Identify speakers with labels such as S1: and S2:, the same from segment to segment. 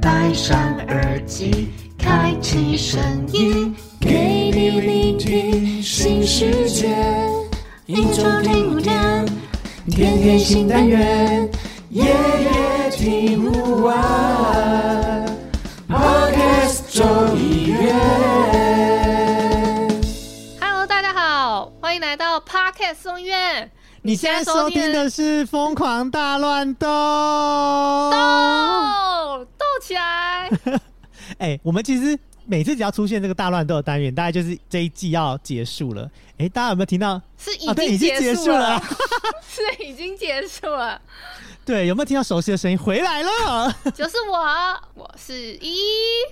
S1: 戴上耳机，开启声音，给你聆听新世界。一周听五天，天天新单元，夜夜听不完。Podcast 周一月，
S2: Hello，大家好，欢迎来到 Podcast 松医院。
S3: 你现在收听的是《疯狂大乱斗》。
S2: 哦，斗起 来！
S3: 哎、我们其实每次只要出现这个大乱斗的单元，大概就是这一季要结束了。哎、大家有没有听到？
S2: 是已
S3: 啊，对，已
S2: 经
S3: 经结
S2: 束
S3: 束了。
S2: 是已经结束了。
S3: 对，有没有听到熟悉的声音回来了？
S2: 就是我，我是一，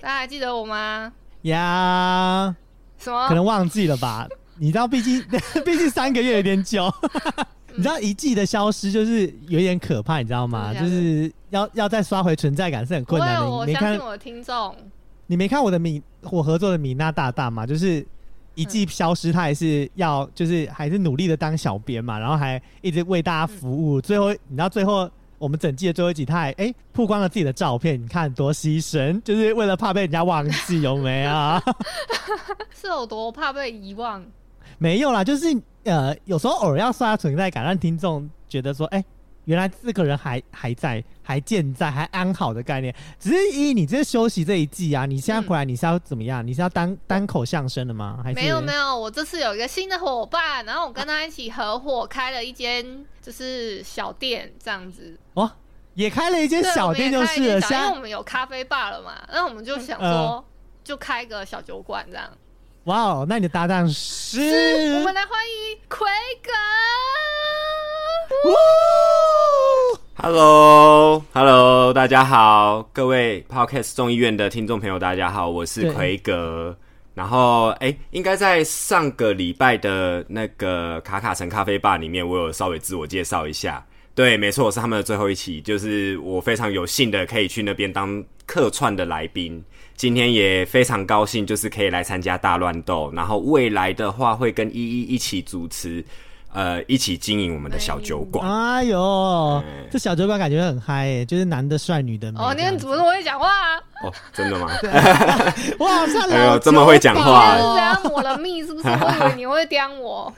S2: 大家还记得我吗？
S3: 呀、
S2: 什么？
S3: 可能忘记了吧？你知道，毕竟 毕竟三个月有点久。你知道一季的消失就是有点可怕，你知道吗？
S2: 真的假
S3: 就
S2: 的
S3: 是要要再刷回存在感是很
S2: 不
S3: 困
S2: 会
S3: 难的。
S2: 我
S3: 你没
S2: 相
S3: 看
S2: 信我的听众。
S3: 你没看我的米，我合作的米娜大大嘛，就是一季消失，他也是要，就是还是努力的当小编嘛，然后还一直为大家服务。最后，你知道最后我们整季的最后一集，他还哎、曝光了自己的照片，你看多牺牲，就是为了怕被人家忘记，有没有？
S2: 是有多怕被遗忘？
S3: 没有啦，就是呃，有时候偶尔要刷存在感，让听众觉得说，哎、原来这个人还还在，还健在，还安好的概念。只是一，你这休息这一季啊，你现在回来你是要怎么样？你是要单单口相声的吗？还是
S2: 嗯没有没
S3: 有？
S2: 有，我这次有一个新的伙伴，然后我跟他一起合伙开了一间就是小店这样子。
S3: 哦，也开了一间
S2: 对，
S3: 小
S2: 我们也
S3: 店就
S2: 开一
S3: 是
S2: 间
S3: 了。
S2: 小
S3: 现
S2: 店因为
S3: 在
S2: 我们有咖啡吧了嘛，那我们就想说
S3: 呃，
S2: 就开个小酒馆这样。
S3: 哇哦，那你的搭档是
S2: 我们来欢迎奎哥，
S3: 嗯哇
S4: Hello，Hello，大家好，各位 Podcast 众议院的听众朋友，大家好，我是
S3: 对
S4: 奎格。然后，哎、应该在上个礼拜的那个卡卡城咖啡吧里面，我有稍微自我介绍一下。对，没错，我是他们的最后一期，就是我非常有幸的可以去那边当客串的来宾。今天也非常高兴，就是可以来参加大乱斗。然后未来的话，会跟依依一起主持，呃，一起经营我们的小酒馆。
S3: 哎呦，这小酒馆感觉很嗨、欸，就是男的帅，女的美。
S2: 哦，
S3: 这
S2: 你
S3: 样
S2: 们怎么那么会讲话、啊？
S4: 哦，真的吗？
S3: 我好像
S4: 哎
S3: 老
S4: 呦这么会讲
S3: 酒
S4: 话
S3: 保
S4: 哎
S2: 你
S3: 了
S2: 是怎样抹了蜜？是不是？我以为你会刁我。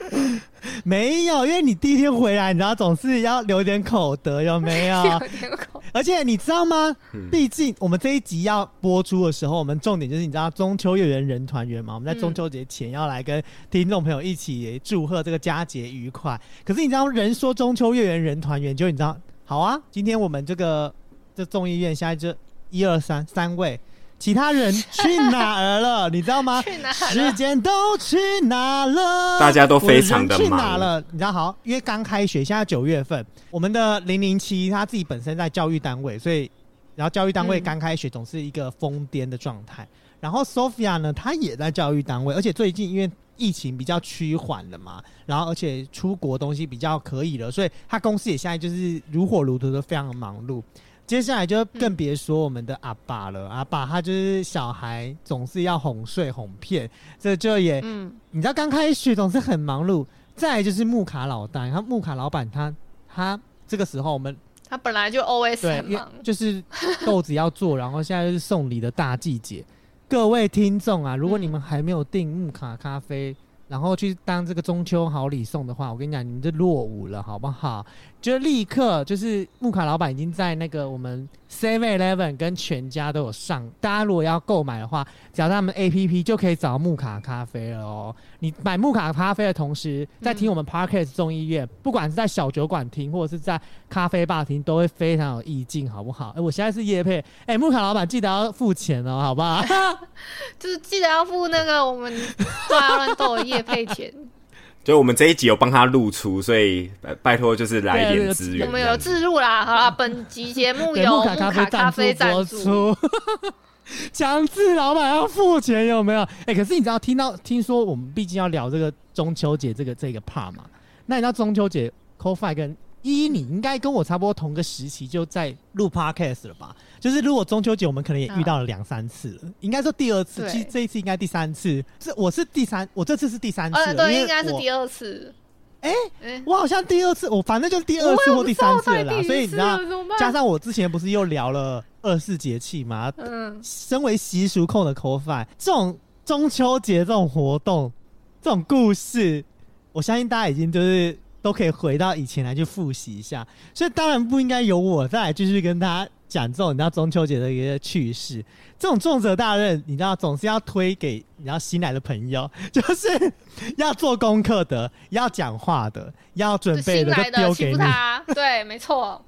S3: 没有，因为你第一天回来，你知道总是要留点口德，有没有？
S2: 有点恐
S3: 而且你知道吗？毕竟我们这一集要播出的时候，我们重点就是你知道中秋月圆人团圆嘛，我们在中秋节前要来跟听众朋友一起祝贺这个佳节愉快。可是你知道，人说中秋月圆人团圆，就你知道，好啊，今天我们这个这众议院现在就一二三三位。其他人去哪儿了？你知道 吗？
S2: 去哪儿了
S3: 时间都去哪了？
S4: 大家都非常地忙
S3: 我人去哪了？你知道好，因为刚开学，现在九月份，我们的零零七他自己本身在教育单位，所以然后教育单位
S2: 嗯
S3: 刚开学总是一个疯癫的状态。然后 Sophia 呢，她也在教育单位，而且最近因为疫情比较趋缓了嘛，然后而且出国东西比较可以了，所以她公司也现在就是如火如荼的非常忙碌。接下来就
S2: 嗯
S3: 更别说我们的阿爸了，阿爸他就是小孩总是要哄睡哄骗，这就也
S2: 嗯，
S3: 你知道刚开学总是很忙碌，再来就是木卡老大，他木卡老板他他这个时候我们
S2: 他本来就 always
S3: 对
S2: 很，
S3: 因为
S2: 忙。
S3: 就是豆子要做，然后现在就是送礼的大季节。各位听众啊，如果你们还没有订木卡咖啡，然后去当这个中秋好礼送的话，我跟你讲，你们就落伍了，好不好？就立刻就是木卡老板已经在那个我们 Seven Eleven 跟全家都有上，大家如果要购买的话，只要他们 A P P 就可以找木卡咖啡了哦。你买木卡咖啡的同时，在听我们 Parkes 众议院，不管是在小酒馆听，或者是在咖啡吧听，都会非常有意境，好不好？哎、我现在是叶配，哎、木卡老板记得要付钱哦，好不好？
S2: 就是记得要付那个我们大乱斗的夜配钱，
S4: 就我们这一集有帮他露出，所以呃拜托就是来一
S3: 对
S4: 点
S3: 有
S4: 资源这样子。
S2: 啊我们有自入啦。好啦，本集节目
S3: 对
S2: 有
S3: 木
S2: 木
S3: 卡咖啡
S2: 卡咖啡赞
S3: 播
S2: 助，
S3: 出， 强制老板要付钱有没有？哎、可是你知道，听到听说我们毕竟要聊这个中秋节这个这个 part 嘛，那你知道中秋节 c o f i 跟依依，你应该跟我差不多同个时期就在录 podcast 了吧？就是如果中秋节我们可能也遇到了两三次了，应该说第二次，
S2: 对
S3: 其实这一次应该第三次，这我是第三，我这次是第三次了，
S2: 呃，对，
S3: 因为
S2: 应该是
S3: 我
S2: 第二次。
S3: 哎、
S2: 嗯，
S3: 我好像第二次，我反正就是第二次或第三次了
S2: 我也不知道到
S3: 啦。
S2: 底
S3: 所以你知道
S2: 第一次了怎么，办
S3: 加上我之前不是又聊了二四节气嘛，
S2: 嗯，
S3: 身为习俗控的口法，这种中秋节这种活动，这种故事，我相信大家已经就是都可以回到以前来去复习一下。所以当然不应该由我再来继续跟大家讲这种你知道中秋节的一个趣事。这种重责大任，你知道总是要推给你知道新来的朋友， 就是要做功课的，要讲话的，要准
S2: 就
S3: 备
S2: 新来
S3: 就丢
S2: 的
S3: 给
S2: 欺
S3: 你
S2: 负。他，对，没错，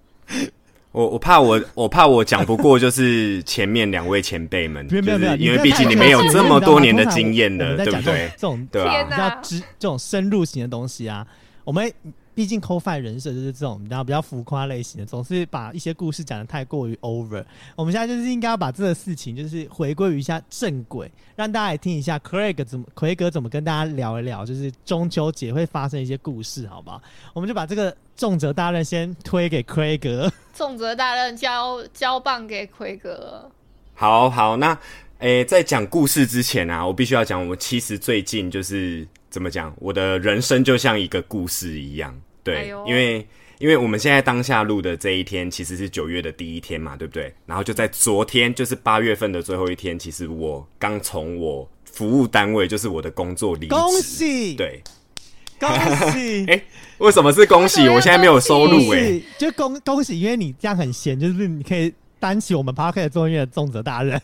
S4: 我我怕我我怕我讲不过，就是前面两位前辈们，
S3: 没有没有没
S4: 就
S3: 有，
S4: 是因为
S3: 这
S4: 毕
S3: 太
S4: 竟你
S3: 客
S4: 们有
S3: 气了
S4: 这
S3: 你
S4: 么
S3: 知道
S4: 多
S3: 吗
S4: 年的
S3: 通常
S4: 经验
S3: 我们
S4: 了，
S3: 在
S4: 对不
S3: 讲这种
S4: 对？
S3: 这种
S4: 对
S2: 天
S4: 啊，
S3: 比
S2: 哪
S3: 较直这种深入型的东西啊。我们毕竟 c o f i 人设就是这种，你知道比较浮夸类型的，总是把一些故事讲的太过于 over。我们现在就是应该要把这个事情就是回归于一下正轨，让大家来听一下 Craig 怎么奎哥怎么跟大家聊一聊，就是中秋节会发生一些故事，好不好？我们就把这个重责大任先推给 Craig。
S2: 重责大任交交棒给奎哥，
S4: 好好，那诶、在讲故事之前啊，我必须要讲，我其实最近就是怎么讲，我的人生就像一个故事一样，对，
S2: 哎呦
S4: 因为因为我们现在当下录的这一天其实是九月的第一天嘛，对不对？然后就在昨天，就是八月份的最后一天，其实我刚从我服务单位，就是我的工作离职，
S3: 恭喜
S4: 对，
S3: 恭喜！
S4: 哎、为什么是恭喜？
S2: 为什么要
S4: 我现在没有
S3: 哎
S4: 收
S3: 啊恭
S4: 入哎、
S3: 喜，就恭恭喜，因为你这样很闲，就是你可以担起我们 p a r k 的中音乐的重责大任。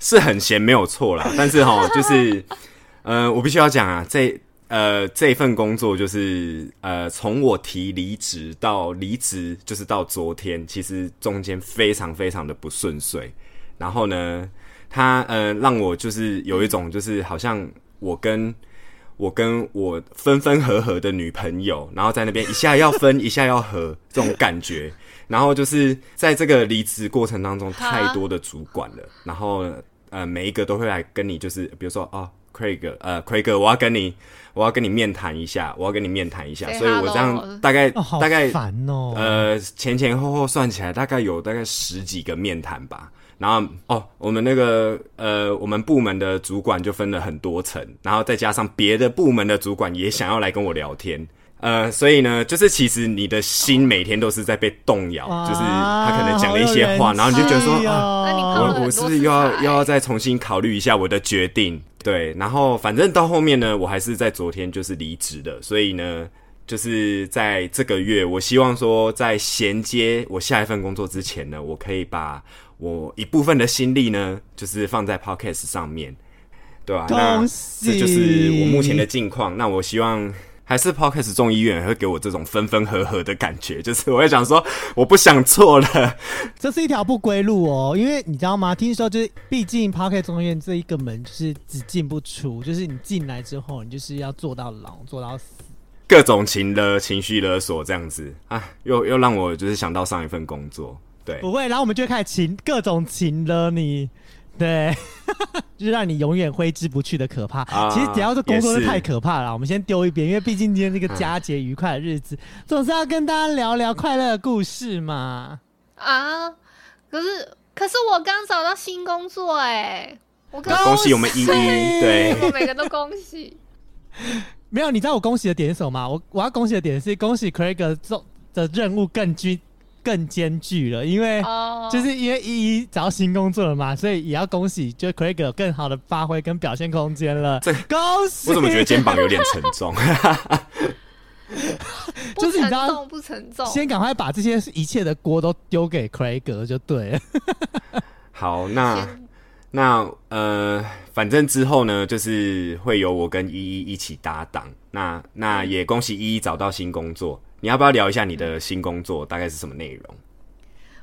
S4: 是很闲没有错啦，但是哈，就是呃，我必须要讲啊，这呃这份工作就是呃，从我提离职到离职，就是到昨天，其实中间非常非常的不顺遂。然后呢，他呃让我就是有一种就是好像我跟我跟我分分合合的女朋友，然后在那边一下要分一下要合这种感 觉。然后就是在这个离职过程当中，
S2: 哈
S4: 太多的主管了，然后呃每一个都会来跟你就是比如说哦。Craig，呃，Craig，我要跟你，我要跟你面谈一下，我要跟你面谈一下，
S2: Say
S4: 所以我
S2: hello
S4: 这样大概、
S3: 哦，好
S4: 大概
S3: 烦哦。
S4: 呃，前前后后算起来大概有大概十几个面谈吧。然后哦，我们那个呃，我们部门的主管就分了很多层，然后再加上别的部门的主管也想要来跟我聊天。呃，所以呢，就是其实你的心每天都是在被动摇，
S3: 哇
S4: 就是他可能讲了一些话，然后你就觉得说
S3: 啊好有人气哦
S4: 啊，
S2: 那你看
S4: 我
S2: 很
S4: 我
S2: 多
S4: 是
S2: 次
S4: 不是又要
S2: 才
S4: 又要再重新考虑一下我的决定？对，然后反正到后面呢，我还是在昨天就是离职的，所以呢，就是在这个月，我希望说在衔接我下一份工作之前呢，我可以把我一部分的心力呢，就是放在 podcast 上面，对吧、那
S3: 恭喜
S4: 这就是我目前的近况。那我希望。还是 Podcast 众议院也会给我这种分分合合的感觉，就是我会想说，我不想错了，
S3: 这是一条不归路哦，因为你知道吗？听说就是，毕竟 p a r k 中院这一个门就是只进不出，就是你进来之后，你就是要做到老，做到死。
S4: 各种情勒、情绪勒索这样子啊，又又让我就是想到上一份工作，对，
S3: 不会，然后我们就开始擒各种擒了你，对， 就是让你永远挥之不去的可怕。
S4: 啊
S3: 其实只要这工作
S4: 也
S3: 是
S4: 是
S3: 太可怕了，我们先丢一边，因为毕竟今天这个佳节愉快的日子，总是要跟大家聊聊快乐的故事嘛。
S2: 啊，可是可是我刚找到新工作哎、我刚
S4: 恭喜我们依依，对，
S2: 我每个都恭 喜，
S3: 没有，你知道我恭喜的点是什么吗？我我要恭喜的点是恭喜 Craig 的重的任务更巨更艰巨了，因为
S2: 哦，
S3: 哎就是因为依依找到新工作了嘛，所以也要恭喜，就 Craig 有更好的发挥跟表现空间了。
S4: 这
S3: 恭喜！
S4: 我怎么觉得肩膀有点沉重？
S3: 就
S2: 不
S3: 是你
S2: 沉
S3: 知道
S2: 重不沉重，
S3: 先赶快把这些一切的锅都丢给 Craig 就对了。
S4: 好，那
S2: 先
S4: 那呃，反正之后呢，就是会有我跟依依一起搭档，那那也恭喜依依找到新工作。你要不要聊一下你的新工作大概是什么内容？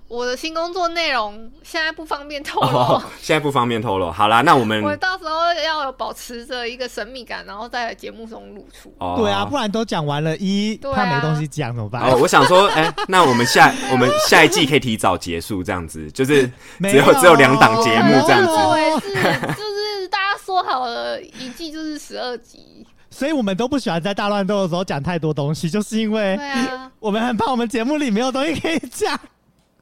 S2: 我的新工作内容现在不方便透露。
S4: 哦， 现在不方便透露。好啦，那我们
S2: 我到时候要有保持着一个神秘感，然后在节目中露出。
S4: 哦
S3: 对啊，不然都讲完了，一
S2: 对啊
S3: 怕没东西讲怎么办？
S4: 哦，我想说，哎、那我们下我们下一季可以提早结束，这样子就是
S3: 没
S4: 只有只有两档节目这样
S2: 我
S4: 子。
S2: 也是， 就是大家说好了，一季就是十二集。
S3: 所以我们都不喜欢在大乱斗的
S4: 哎
S3: 时候讲太多东西，就是因为
S2: 对啊，
S3: 我们很怕我们节目里没有东西可以讲。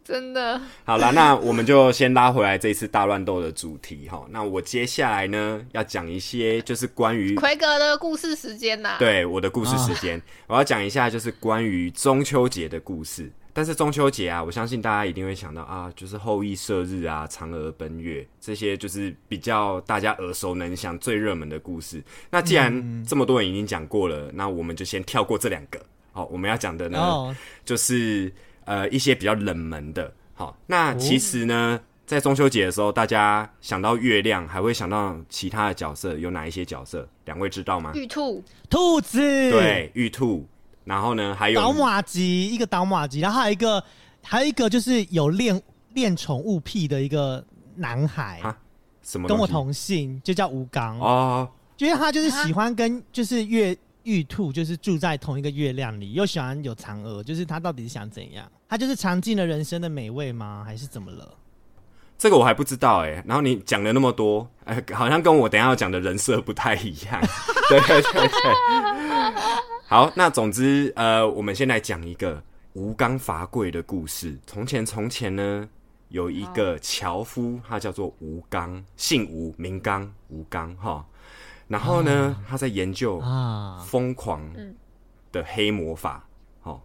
S2: 真的
S4: 好啦，那我们就先拉回来这一次大乱斗的主题哈。那我接下来呢要讲一些就是关于
S2: 奎格的故事时间呐、
S4: 对我的故事时间，我要讲一下就是关于中秋节的故事。但是中秋节啊，我相信大家一定会想到啊，就是后羿射日啊、嫦娥奔月这些，就是比较大家耳熟能详、最热门的故事。那既然这么多人已经讲过了，那我们就先跳过这两个。好，我们要讲的呢，
S3: 然后
S4: 就是呃一些比较冷门的。好，那其实呢，在中秋节的时候，大家想到月亮，还会想到其他的角色，有哪一些角色？两位知道吗？
S2: 玉兔
S3: 兔子，，
S4: 对，玉兔，然后呢，还有
S3: 倒马吉一个倒马吉，然后还有一个还有一个就是有恋恋宠物癖的一个男孩，
S4: 啊什么
S3: 跟我
S4: 东西
S3: 同姓，就叫吴刚，
S4: 哦，
S3: 就是他就是喜欢跟就是月玉兔就是住在同一个月亮里，又喜欢有嫦娥，就是他到底是想怎样？他就是尝尽了人生的美味吗？还是怎么了？
S4: 这个我还不知道哎。然后你讲了那么多，哎，好像跟我等一下要讲的人设不太一 样。对对对对。好，那总之呃，我们先来讲一个吴刚伐桂的故事。从前从前呢，有一个樵夫，他叫做吴刚，姓吴，名刚，吴刚
S3: 哦
S4: 哈。然后呢，他在研究
S3: 啊，
S4: 疯狂
S2: 嗯
S4: 的黑魔法，哦，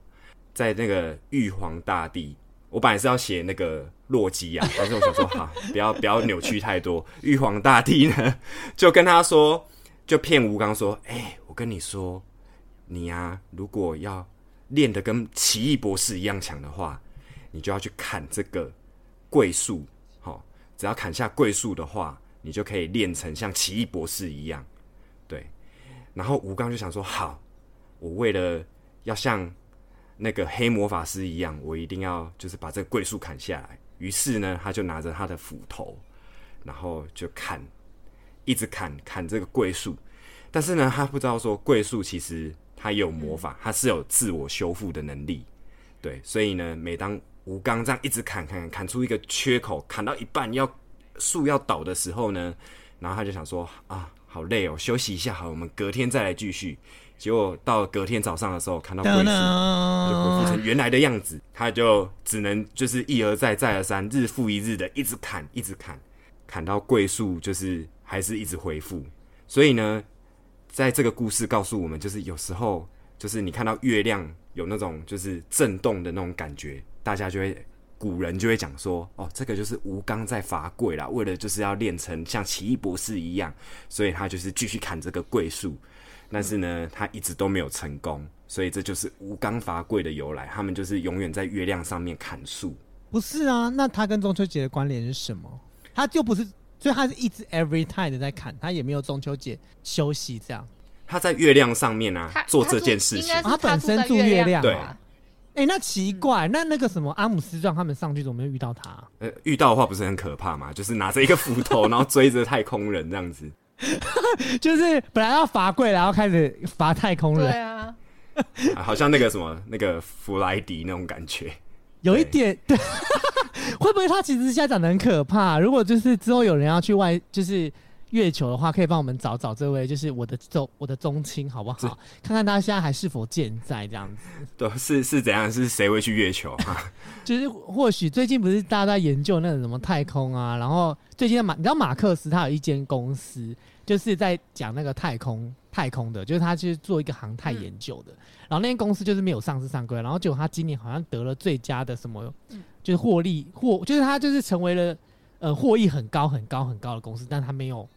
S4: 在那个玉皇大帝，我本来是要写那个洛基啊，但是我想说，好，不要不要扭曲太多。玉皇大帝呢， 就跟他说，就骗吴刚说，哎、我跟你说，你啊，如果要练得跟奇异博士一样强的话，你就要去砍这个桂树，好、只要砍下桂树的话，你就可以练成像奇异博士一样，对。然后吴刚就想说，好，我为了要像那个黑魔法师一样，我一定要就是把这个桂树砍下来。于是呢，他就拿着他的斧头，然后就砍，一直砍砍这个桂树。但是呢，他不知道说桂树其实它有魔法，它是有自我修复的能力。对，所以呢，每当吴刚这样一直砍砍砍砍出一个缺口，砍到一半要树要倒的时候呢，然后他就想说啊，好累哦，休息一下好，我们隔天再来继续。结果到隔天早上的时候，看到桂
S3: 噔
S4: 树就恢复
S3: 噔，
S4: 成原来的样子，他就只能就是一而再再而三，日复一日的一直砍，一直砍，砍到桂树就是还是一直恢复。所以呢，在这个故事告诉我们，就是有时候就是你看到月亮有那种就是震动的那种感觉，大家就会。古人就会讲说，哦，这个就是吴刚在伐桂啦，为了就是要练成像奇异博士一样，所以他就是继续砍这个桂树。但是呢，他一直都没有成功，所以这就是吴刚伐桂的由来。他们就是永远在月亮上面砍树。
S3: 不是啊，那他跟中秋节的关联是什么？他就不是，所以他是一直 every time 的在砍，他也没有中秋节休息这样。
S4: 他在月亮上面啊
S2: 他，
S4: 做
S2: 他
S4: 这
S2: 住
S4: 件事
S2: 应
S4: 情
S2: 该。是
S3: 哦他本
S2: 住
S3: 身
S2: 在
S3: 住月
S2: 月
S3: 亮
S2: 吧
S4: 啊
S3: 哎、那奇怪，那那个什么阿姆斯壮他们上去怎么没有遇到他、
S4: 呃，遇到的话不是很可怕嘛？就是拿着一个斧头，然后追着太空人这样子。
S3: 就是本来要罚跪，然后开始罚太空
S2: 对
S3: 人，
S2: 啊，
S4: 啊好像那个什么那个弗莱迪那种感觉。
S3: 有一点对。 会不会他其实现在长得很可怕？如果就是之后有人要去外，就是月球的话，可以帮我们找找这位，就是我的宗我的宗亲，好不
S4: 是
S3: 好？看看他现在还是否健在，这样子。
S4: 对，是是怎样？是谁会去月球啊？
S3: 就是或许最近不是大家在研究那个什么太空啊，然后最近的马，你知道马克思他有一间公司，就是在讲那个太空太空的，就是他去做一个航太研究的，然后那间公司就是没有上市上柜，然后结果他今年好像得了最佳的什么，就是获利获，就是他就是成为了呃获益很高很高很高的公司，但他没有，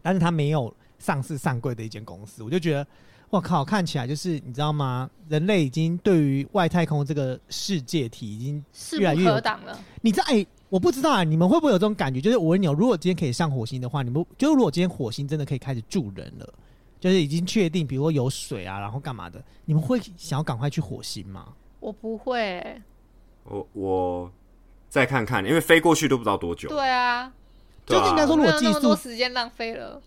S3: 但是他没有上市上柜的一间公司，我就觉得。我靠，看起来就是你知道吗？人类已经对于外太空这个世界体已经
S2: 势
S3: 越来越
S2: 不
S3: 有
S2: 可挡了。
S3: 你知道，哎、我不知道啊，你们会不会有这种感觉？就是我问你哦，如果今天可以上火星的话，你们就是如果今天火星真的可以开始住人了，就是已经确定，比如说有水啊，然后干嘛的，你们会想要赶快去火星吗？
S2: 我不会欸、
S4: 我我再看看，因为飞过去都不知道多久。
S2: 对啊，
S4: 对
S3: 就是应该
S4: 啊
S3: 说，如
S2: 没
S3: 果
S2: 有
S3: 技
S2: 那么多
S3: 术
S2: 时间浪费了。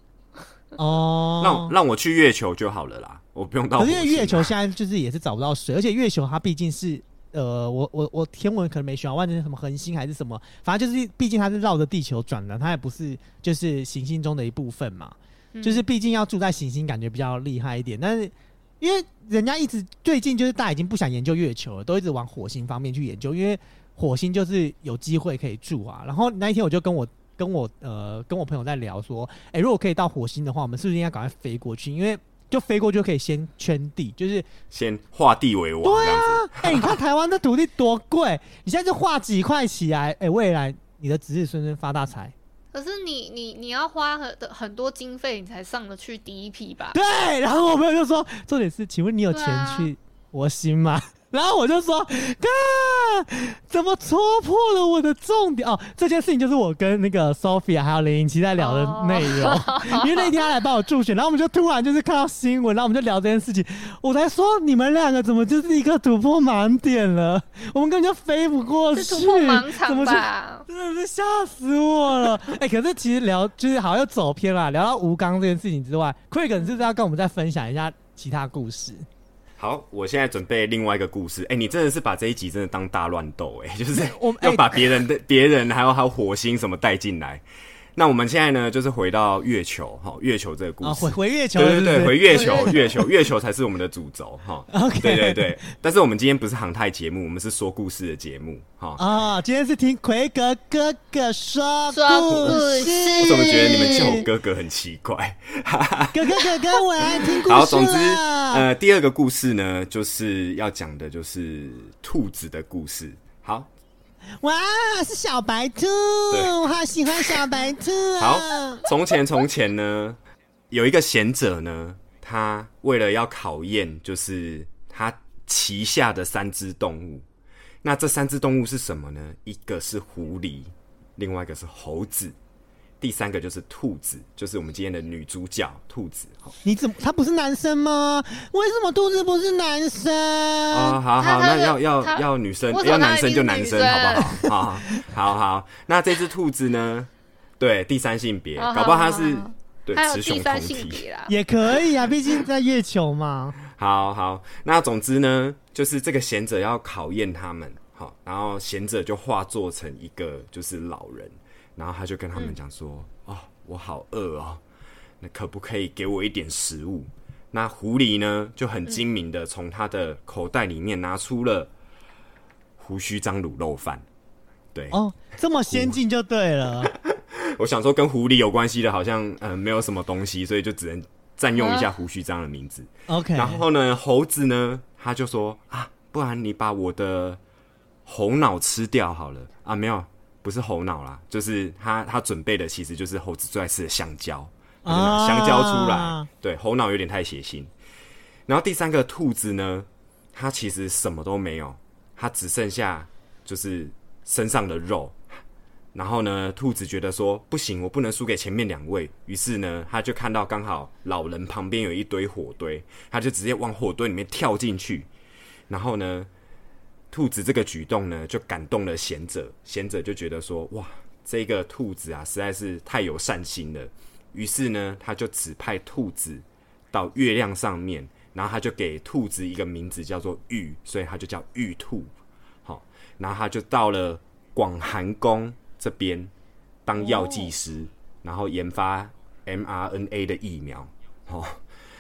S4: 让
S3: 哦，
S4: 让我去月球就好了啦，我不用到火
S3: 可是
S4: 星
S3: 因
S4: 啊。
S3: 为月球现在就是也是找不到水，而且月球它毕竟是。呃，我我我天文可能没学啊好，万是什么恒星还是什么，反正就是，毕竟它是绕着地球转的，它也不是就是行星中的一部分嘛。
S2: 嗯
S3: 就是毕竟要住在行星，感觉比较厉害一点。但是因为人家一直最近就是大家已经不想研究月球了，都一直往火星方面去研究，因为火星就是有机会可以住啊。然后那一天我就跟我跟我呃跟我朋友在聊说，哎、如果可以到火星的话，我们是不是应该赶快飞过去？因为就飞过去就可以先圈地，就是
S4: 先画地为王这样子。
S3: 哎、你看台湾的土地多贵，你现在就画几块起来，哎、未来你的子子孙孙发大财。
S2: 可是你你你要花很很多经费，你才上得去第一批吧？
S3: 对，然后我朋友就说，重点是，请问你有钱
S2: 对啊
S3: 去我心吗？ 然后我就说，啊，怎么戳破了我的重点？哦，这件事情就是我跟那个 Sophia 还有林颖琪在聊的
S2: 哦
S3: 内容， 因为那天她来帮我助选，然后我们就突然就是看到新闻，然后我们就聊这件事情，我才说你们两个怎么就是立刻突破盲点了？我们根本就飞不过去，
S2: 是突破盲
S3: 怎
S2: 场
S3: 么就
S2: 吧？
S3: 真的是吓死我了！ 哎、可是其实聊就是好像又走偏了，聊到吴刚这件事情之外，Craig 你是不是要跟我们再分享一下其他故事？
S4: 好，我现在准备另外一个故事。哎、你真的是把这一集真的当大乱斗，哎， 就是
S3: 我们哎
S4: 要把别人的、别人还有还有火星什么带进来。那我们现在呢，就是回到月球哈，月球这个故
S3: 啊，
S4: 事。
S3: 回回月球了
S4: 对
S3: 是
S4: 对
S3: 不是，
S4: 对，回月球，月球， 月球才是我们的主轴哈。
S3: OK
S4: 对对对，但是我们今天不是航太节目，我们是说故事的节目哈。
S3: 啊，今天是听奎格哥哥说
S2: 说
S3: 故
S2: 故
S3: 事，
S2: 事
S4: 我怎么觉得你们叫我哥哥很奇怪？
S3: 哥哥哥哥，我来听故事了。啊
S4: 好，总之，呃，第二个故事呢，就是要讲的就是兔子的故事。好，
S3: 哇，是小白兔，
S4: 对
S3: 我好喜欢小白兔
S4: 好
S3: 啊！，
S4: 从前从前呢，有一个贤者呢，他为了要考验，就是他旗下的三只动物。那这三只动物是什么呢？一个是狐狸，另外一个是猴子，第三个就是兔子，就是我们今天的女主角兔子。
S2: 哦
S4: 好
S3: 你怎么他不是男生吗？为什么兔子不是男生？
S4: 啊、好
S2: 他
S4: 好，
S2: 他
S4: 那
S2: 是
S4: 要要
S2: 他
S4: 要女生
S2: 为，什么
S4: 要
S2: 他
S4: 男
S2: 一
S4: 生
S2: 定
S4: 就是男
S2: 女
S4: 生，
S2: 生
S4: 好不好？好好好，那这只兔子呢？对，第三性别，
S2: 哦
S4: 搞不好
S2: 好
S4: 它是
S2: 好好
S4: 对
S2: 还有
S4: 雌
S2: 第
S4: 雄
S2: 三
S4: 同
S2: 性
S4: 体。
S2: 别啦，
S3: 也可以啊，毕竟在月球嘛。
S4: 好好，那总之呢，就是这个贤者要考验他们，好，然后贤者就化作成一个就是老人，然后他就跟他们讲说：“哦，我好饿哦，那可不可以给我一点食物？”那狐狸呢就很精明的从他的口袋里面拿出了胡须章卤肉饭。对，
S3: 哦，这么先进就对了。
S4: 我想说跟狐狸有关系的，好像嗯、呃没有什么东西，所以就只能占用一下胡须章的名字。
S3: OK，
S4: 然后呢，猴子呢，他就说啊，不然你把我的猴脑吃掉好了啊，没有，不是猴脑啦，就是他他准备的其实就是猴子最爱吃的香蕉，他就拿香蕉出来，
S3: 啊
S4: 对，猴脑有点太血腥。然后第三个兔子呢，它其实什么都没有，它只剩下就是身上的肉。然后呢，兔子觉得说不行，我不能输给前面两位。于是呢，他就看到刚好老人旁边有一堆火堆，他就直接往火堆里面跳进去。然后呢，兔子这个举动呢，就感动了贤者。贤者就觉得说，哇，这个兔子啊，实在是太有善心了。于是呢，他就指派兔子到月亮上面，然后他就给兔子一个名字叫做玉，所以他就叫玉兔。好，然后他就到了广寒宫这边当药剂师，然后研发 mRNA 的疫苗。哦，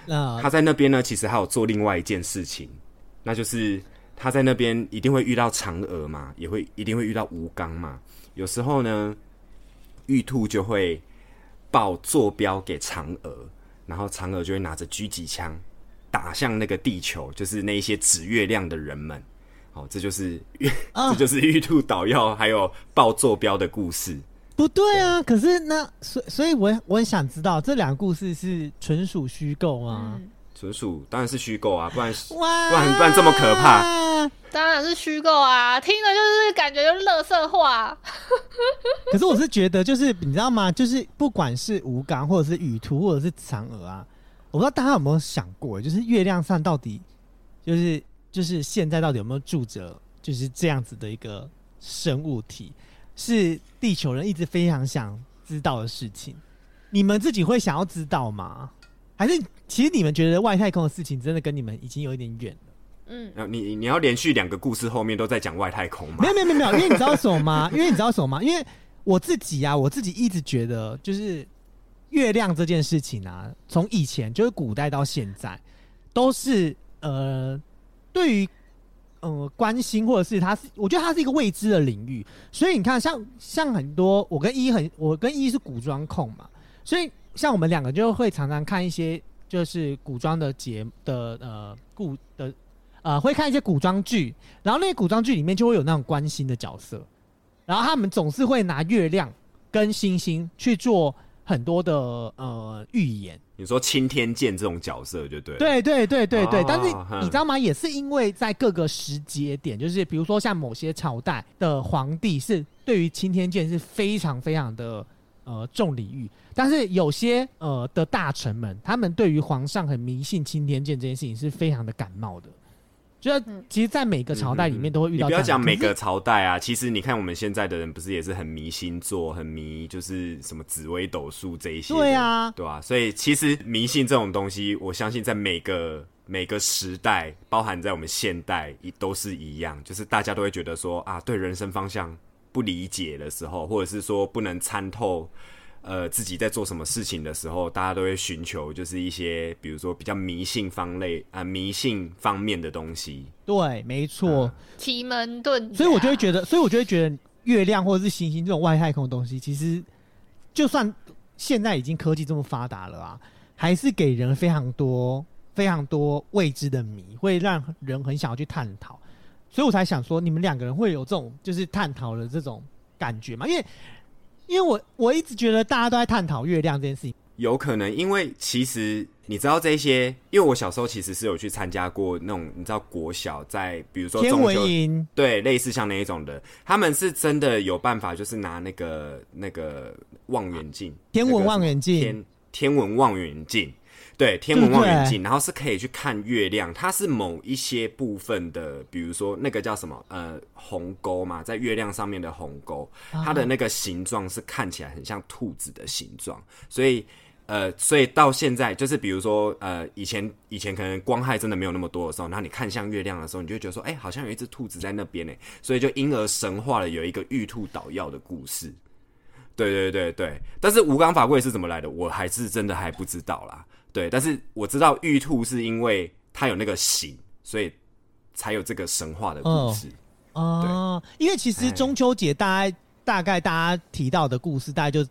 S3: 那
S4: 他在那边呢，其实还有做另外一件事情，那就是他在那边一定会遇到嫦娥嘛，也会一定会遇到吴刚嘛。有时候呢，玉兔就会报坐标给嫦娥，然后嫦娥就会拿着狙击枪打向那个地球，就是那一些指月亮的人们。哦，这就是、
S3: 啊
S4: 这就是玉兔捣药还有报坐标的故事。
S3: 不对啊，可是那所所以我我很想知道这两个故事是纯属虚构吗？
S4: 纯属当然是虚构啊，不然
S3: 哇，
S4: 不然不然这么可怕。
S2: 当然是虚构啊，听了就是感觉就是乐色话。
S3: 可是我是觉得，就是你知道吗？就是不管是吴刚，或者是雨图，或者是嫦娥啊，我不知道大家有没有想过，就是月亮上到底，就是就是现在到底有没有住着就是这样子的一个生物体，是地球人一直非常想知道的事情。你们自己会想要知道吗？还是其实你们觉得外太空的事情真的跟你们已经有一点远了？
S2: 嗯，
S4: 然后你你要连续两个故事后面都在讲外太空嘛
S3: 没？有没有没有没有，因为你知道什么吗？因为你知道什么吗？因为我自己啊，我自己一直觉得，就是月亮这件事情啊，从以前就是古代到现在，都是呃，对于呃关心，或者是它是，我觉得它是一个未知的领域。所以你看，像像很多我跟一很，我跟一是古装控嘛，所以像我们两个就会常常看一些就是古装的节的呃故的呃会看一些古装剧，然后那些古装剧里面就会有那种关心的角色，然后他们总是会拿月亮跟星星去做很多的呃预言。
S4: 你说青天剑这种角色就对了，
S3: 对对对对对，
S4: 哦
S3: 但是
S4: 哼
S3: 你知道吗？也是因为在各个时节点，就是比如说像某些朝代的皇帝是对于青天剑是非常非常的呃重礼遇，但是有些呃的大臣们，他们对于皇上很迷信青天剑这件事情是非常的感冒的。就是
S2: 嗯
S3: 其实，在每个朝代里面都会遇
S4: 嗯你
S3: 到
S4: 不
S3: 这样的、
S4: 要讲每
S3: 可
S4: 个
S3: 是
S4: 朝代啊，其实你看我们现在的人不是也是很迷星座，很迷就是什么紫微斗数这一些的，
S3: 对啊
S4: 对啊，所以其实迷信这种东西，我相信在每个每个时代，包含在我们现代也都是一样，就是大家都会觉得说啊，对人生方向不理解的时候，或者是说不能参透。呃，自己在做什么事情的时候，大家都会寻求就是一些，比如说比较迷信方类啊、迷信方面的东西。
S3: 对，没错。
S2: 奇门遁甲，
S3: 所以我就会觉得，所以我就会觉得月亮或者是行星这种外太空的东西，其实就算现在已经科技这么发达了啊，还是给人非常多非常多未知的谜，会让人很想要去探讨。所以我才想说，你们两个人会有这种就是探讨的这种感觉嘛？因为因为我我一直觉得大家都在探讨月亮这件事情，
S4: 有可能，因为其实你知道这些，因为我小时候其实是有去参加过那种，你知道国小在比如说
S3: 天
S4: 中
S3: 文
S4: 秋
S3: 营
S4: 对，类似像那一种的，他们是真的有办法，就是拿那个那个望远镜，
S3: 天文
S4: 那个
S3: 望远镜
S4: 什么天天文望远镜，对，天文
S3: 对不
S4: 望
S3: 对
S4: 远镜，然后是可以去看月亮，它是某一些部分的，比如说那个叫什么呃鸿沟嘛，在月亮上面的鸿沟，它
S3: 嗯
S4: 的那个形状是看起来很像兔子的形状，所以。呃，所以到现在就是，比如说，呃，以前以前可能光害真的没有那么多的时候，然后你看向月亮的时候，你就会觉得说，哎、好像有一只兔子在那边呢，所以就因而神化了有一个玉兔捣药的故事。对对对对，但是吴刚法柜是怎么来的，我还是真的还不知道啦。对，但是我知道玉兔是因为它有那个形，所以才有这个神话的故事。
S3: 哦，因为其实中秋节大概大概大家提到的故事，大概就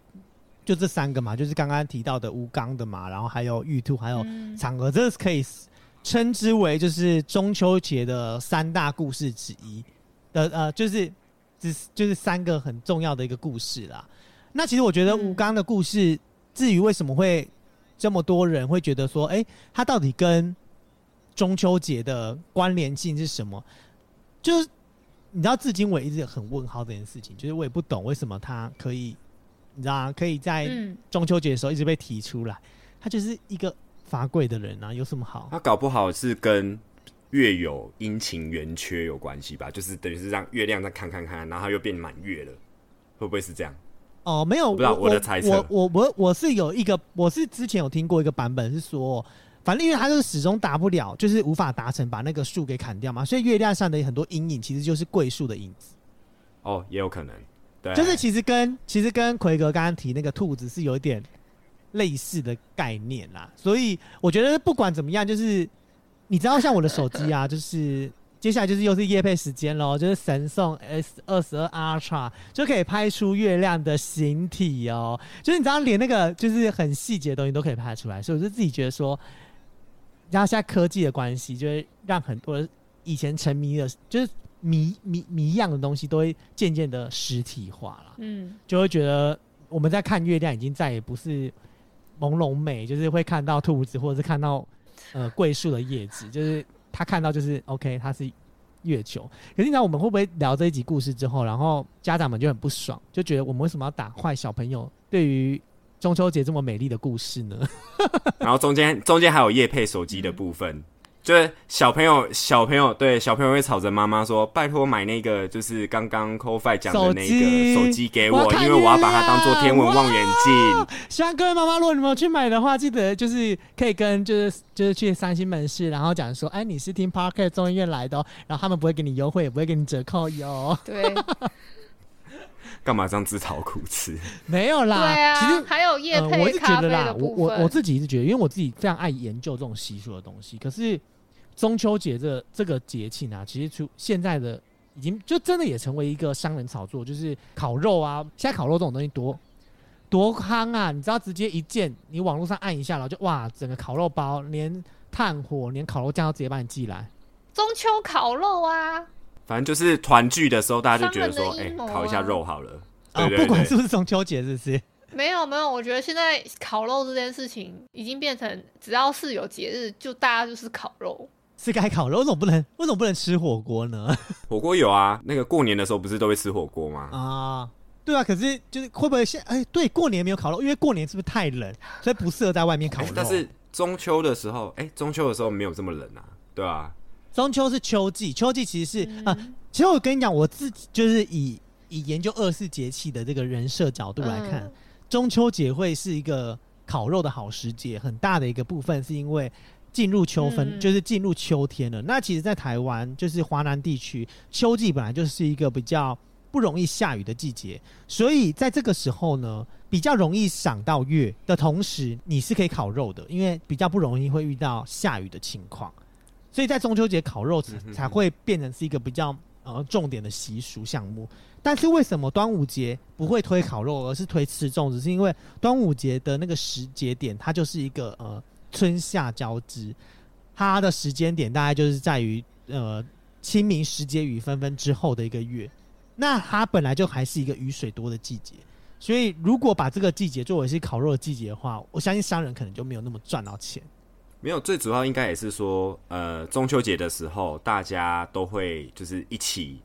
S3: 就这三个嘛，就是刚刚提到的吴刚的嘛，然后还有玉兔，还有
S2: 嗯
S3: 嫦娥，这是可以称之为就是中秋节的三大故事之一的呃，就是只是就是三个很重要的一个故事啦。那其实我觉得
S2: 嗯
S3: 吴刚的故事，至于为什么会这么多人会觉得说，哎、它到底跟中秋节的关联性是什么？就是你知道，至今我也一直很问号这件事情，就是我也不懂为什么它可以，你知道、啊，可以在
S2: 嗯，
S3: 中秋节的时候一直被提出来，他就是一个罚跪的人啊，有什么好？
S4: 它搞不好是跟月有阴晴圆缺有关系吧，就是等于是让月亮再看看看，然后它又变满月了，会不会是这样？
S3: 哦，没有，
S4: 不知道
S3: 我
S4: 我的猜测
S3: 我我我我是有一个，我是之前有听过一个版本是说，反正因为他就是始终达不了，就是无法达成把那个树给砍掉嘛，所以月亮上的很多阴影其实就是桂树的影子，
S4: 哦，也有可能。对，
S3: 就是其实跟其实跟奎格刚刚提那个兔子是有一点类似的概念啦，所以我觉得不管怎么样，就是你知道，像我的手机 啊，就是接下来就是又是夜配时间喽，就是神送 S 二十二 Ultra 就可以拍出月亮的形体哦，就是你知道连那个就是很细节的东西都可以拍出来，所以我就自己觉得说，然后现在科技的关系，就会让很多以前沉迷的，就是迷迷迷样的东西，都会渐渐的实体化了，
S2: 嗯，
S3: 就会觉得我们在看月亮已经再也不是朦胧美，就是会看到兔子或者是看到呃桂树的叶子，就是他看到就是 OK，它是月球。可是你知道我们会不会聊这一集故事之后，然后家长们就很不爽，就觉得我们为什么要打坏小朋友对于中秋节这么美丽的故事呢？
S4: 然后中间中间还有夜配手机的部分，就是小朋友小朋友对小朋友会吵着妈妈说：“拜托买那个就是刚刚 c o f i 讲的那个
S3: 手机
S4: 手机给
S3: 我要
S4: 我，
S3: 看
S4: 因为我要把它当做天文望远镜。
S3: 希望各位妈妈，如果你们有去买的话，记得就是可以跟就是就是去三星门市，然后讲说，哎，你是听 Parker 中医院来的、哦，然后他们不会给你优惠，也不会给你折扣哟。
S2: 对对”
S4: 干嘛这样自讨苦吃？
S3: 没有啦，其
S2: 啊，
S3: 实。
S2: 还有夜
S3: 呃，我
S2: 配
S3: 是
S2: 咖
S3: 觉
S2: 啡
S3: 得啦
S2: 的，
S3: 我
S2: 部
S3: 我我
S2: 分，
S3: 自己是觉得，因为我自己非常爱研究这种习俗的东西。可是中秋节这个这个节庆啊，其实出现在的已经就真的也成为一个商人炒作，就是烤肉啊，现在烤肉这种东西多多夯啊，你知道直接一键你网络上按一下，然后就哇，整个烤肉包连炭火连烤肉酱都直接帮你寄来。
S2: 中秋烤肉啊，
S4: 反正就是团聚的时候，大家就觉得说，
S2: 商
S4: 哎、
S2: 人的阴谋啊
S4: 烤一下肉好了。
S3: 哦
S4: 对，
S3: 不
S4: 对
S3: 管
S4: 对
S3: 是不是中秋节，是不是？
S2: 没有没有，我觉得现在烤肉这件事情已经变成，只要是有节日，就大家就是烤肉。
S3: 是该烤肉，为什么不能？为什么不能吃火锅呢？
S4: 火锅有啊，那个过年的时候不是都会吃火锅吗？
S3: 啊，对啊，可是就是会不会现哎、对，过年没有烤肉，因为过年是不是太 冷，所以不适合在外面烤
S4: 哎
S3: 肉。
S4: 但是中秋的时候，哎、中秋的时候没有这么冷啊，对啊，
S3: 中秋是秋季，秋季其实是
S4: 嗯
S3: 啊、其实我跟你讲，我自己就是以以研究二四节气的这个人设角度来看，
S2: 嗯
S3: 中秋节会是一个烤肉的好时节，很大的一个部分是因为。进入秋分、
S2: 嗯
S3: 就是进入秋天了。那其实，在台湾就是华南地区，秋季本来就是一个比较不容易下雨的季节，所以在这个时候呢，比较容易赏到月的同时，你是可以烤肉的，因为比较不容易会遇到下雨的情况。所以在中秋节烤肉才
S4: 嗯哼
S3: 才会变成是一个比较呃重点的习俗项目。但是为什么端午节不会推烤肉，而是推吃粽子？是因为端午节的那个时节点，它就是一个呃春夏交织，它的时间点大概就是在于呃清明时节雨纷纷之后的一个月。那它本来就还是一个雨水多的季节，所以如果把这个季节作为是烤肉的季节的话，我相信商人可能就没有那么赚到钱。
S4: 没有，最主要应该也是说，呃，中秋节的时候，大家都会就是一起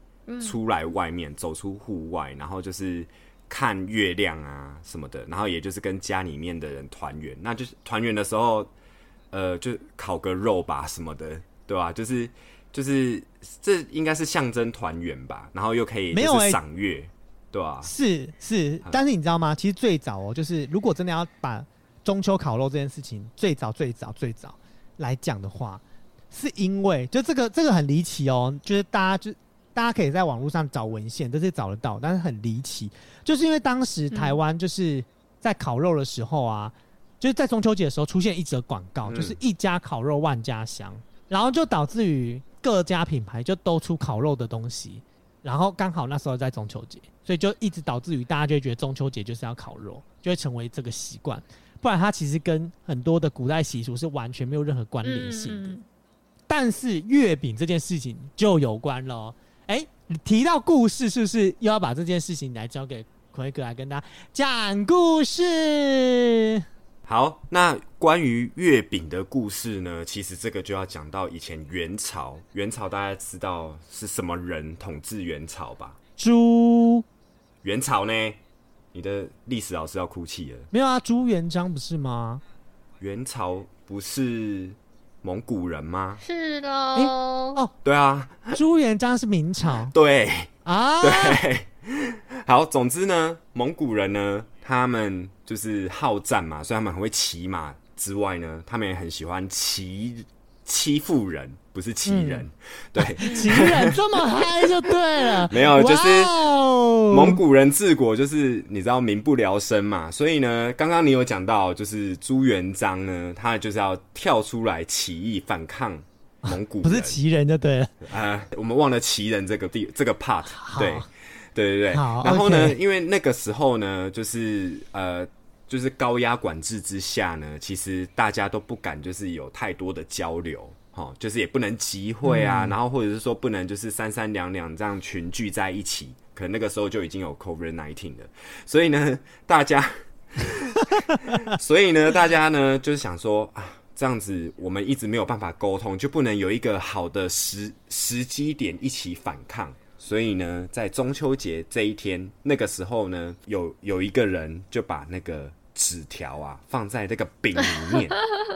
S4: 出来外面，走出户外，然后就是看月亮啊什么的，然后也就是跟家里面的人团圆。那就是团圆的时候，呃，就烤个肉吧什么的，对吧、就是就是这应该是象征团圆吧，然后又可以
S3: 没有
S4: 就是
S3: 欸
S4: 赏月，对吧、
S3: 是是，但是你知道吗？其实最早哦，就是如果真的要把中秋烤肉这件事情最早最早最早来讲的话，是因为就这个这个很离奇哦，就是大家就大家可以在网络上找文献，这是找得到，但是很离奇，就是因为当时台湾就是在烤肉的时候啊，就是在中秋节的时候出现一则广告，
S4: 嗯
S3: 就是一家烤肉万家香，然后就导致于各家品牌就都出烤肉的东西，然后刚好那时候在中秋节，所以就一直导致于大家就会觉得中秋节就是要烤肉，就会成为这个习惯。不然它其实跟很多的古代习俗是完全没有任何关联性的。
S2: 嗯
S3: 但是月饼这件事情就有关喽。哎，提到故事，是不是又要把这件事情来交给奎哥来跟大家讲故事？
S4: 好，那关于月饼的故事呢？其实这个就要讲到以前元朝，元朝大家知道是什么人统治元朝吧？
S3: 朱
S4: 元朝呢，你的历史老师要哭泣了。
S3: 没有啊，朱元璋不是吗？
S4: 元朝不是蒙古人吗？
S2: 是喽、
S3: 哦
S4: 对啊，
S3: 朱元璋是明朝
S4: 对，
S3: 啊，
S4: 对，好，总之呢，蒙古人呢，他们就是好战嘛，所以他们很会骑马之外呢，他们也很喜欢骑欺负人，不是骑人，对，
S3: 情人这么嗨就对了。
S4: 没有就是
S3: 哇哦
S4: 蒙古人治国就是你知道民不聊生嘛，所以呢，刚刚你有讲到，就是朱元璋呢，他就是要跳出来起义反抗蒙古人，
S3: 不是旗人就对了。
S4: 啊、我们忘了旗人这个地这个 part，对对对对。
S3: 好
S4: 然后呢
S3: OK
S4: 因为那个时候呢，就是呃，就是高压管制之下呢，其实大家都不敢就是有太多的交流。哦，就是也不能集会啊，
S3: 嗯
S4: 然后或者是说不能就是三三两两这样群聚在一起，可能那个时候就已经有 COVID nineteen 了，所以呢，大家所以呢，大家呢就是想说啊，这样子我们一直没有办法沟通，就不能有一个好的时时机点一起反抗。所以呢，在中秋节这一天，那个时候呢，有有一个人就把那个纸条啊放在那个饼里面，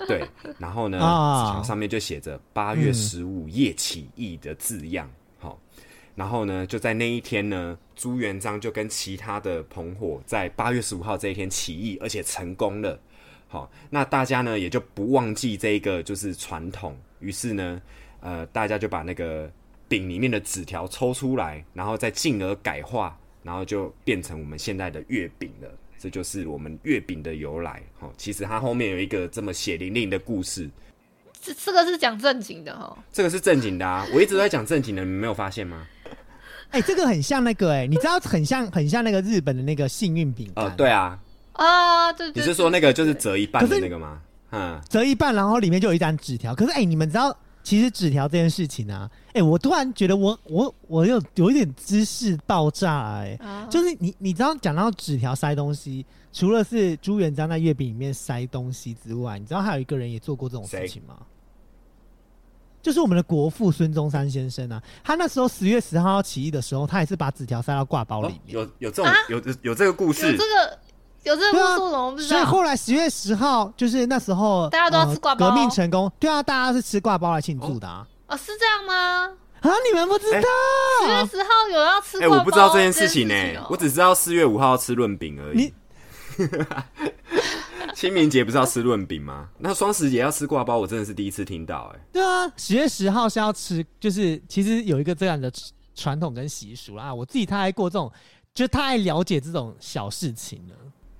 S4: 对，然后呢，
S3: 啊
S4: 纸条上面就写着“八月十五夜起义”的字样，好、然后呢，就在那一天呢，朱元璋就跟其他的朋伙在八月十五号这一天起义，而且成功了。好，那大家呢也就不忘记这一个就是传统，于是呢，呃，大家就把那个饼里面的纸条抽出来，然后再进而改化，然后就变成我们现在的月饼了。这就是我们月饼的由来。好，其实它后面有一个这么血淋淋的故事。
S2: 这这个是讲正经的哦。
S4: 这个是正经的啊，我一直都在讲正经的，你们没有发现吗？
S3: 哎、这个很像那个哎、你知道很像很像那个日本的那个幸运饼干，
S4: 呃，对啊，
S2: 啊，对
S4: 你
S2: 对，
S4: 是说那个就是
S2: 对
S4: 折一半
S3: 可
S4: 的
S3: 是
S4: 那个吗？嗯，
S3: 折一半，然后里面就有一张纸条。可是哎、你们知道其实纸条这件事情啊，哎、我突然觉得我我我有有一点知识爆炸哎、
S4: 嗯
S2: 啊
S3: 就是你，你知道讲到纸条塞东西，除了是朱元璋在月饼里面塞东西之外，你知道还有一个人也做过这种事
S4: 谁
S3: 情吗？就是我们的国父孙中山先生啊，他那时候十月十号要起义的时候，他也是把纸条塞到挂包
S4: 哦
S3: 里面。
S4: 有有这种
S2: 啊
S4: 有有有这个故
S2: 有
S4: 事
S2: 这，个有哦这个故
S3: 对
S2: 事
S3: 啊
S2: 我怎么不知
S3: 所以
S2: 道？
S3: 后来十月十号，就是那时候
S2: 大家都要吃挂包
S3: 呃革命成功，对啊，大家是吃挂包来庆祝的啊、
S2: 哦，是这样吗？
S3: 啊！你们不知
S2: 十
S3: 道？
S2: 月十号有要吃
S4: 哎、
S2: 挂包？
S4: 我不知道这件事情呢、
S2: 哦
S4: 我只知道四月五号要吃润饼而已
S3: 你。
S4: 清明节不是要吃润饼吗？那双十节要吃挂包，我真的是第一次听到、哎，
S3: 对啊，十月十号是要吃，就是其实有一个这样的传统跟习俗啦。我自己太爱过这种，就太了解这种小事情了。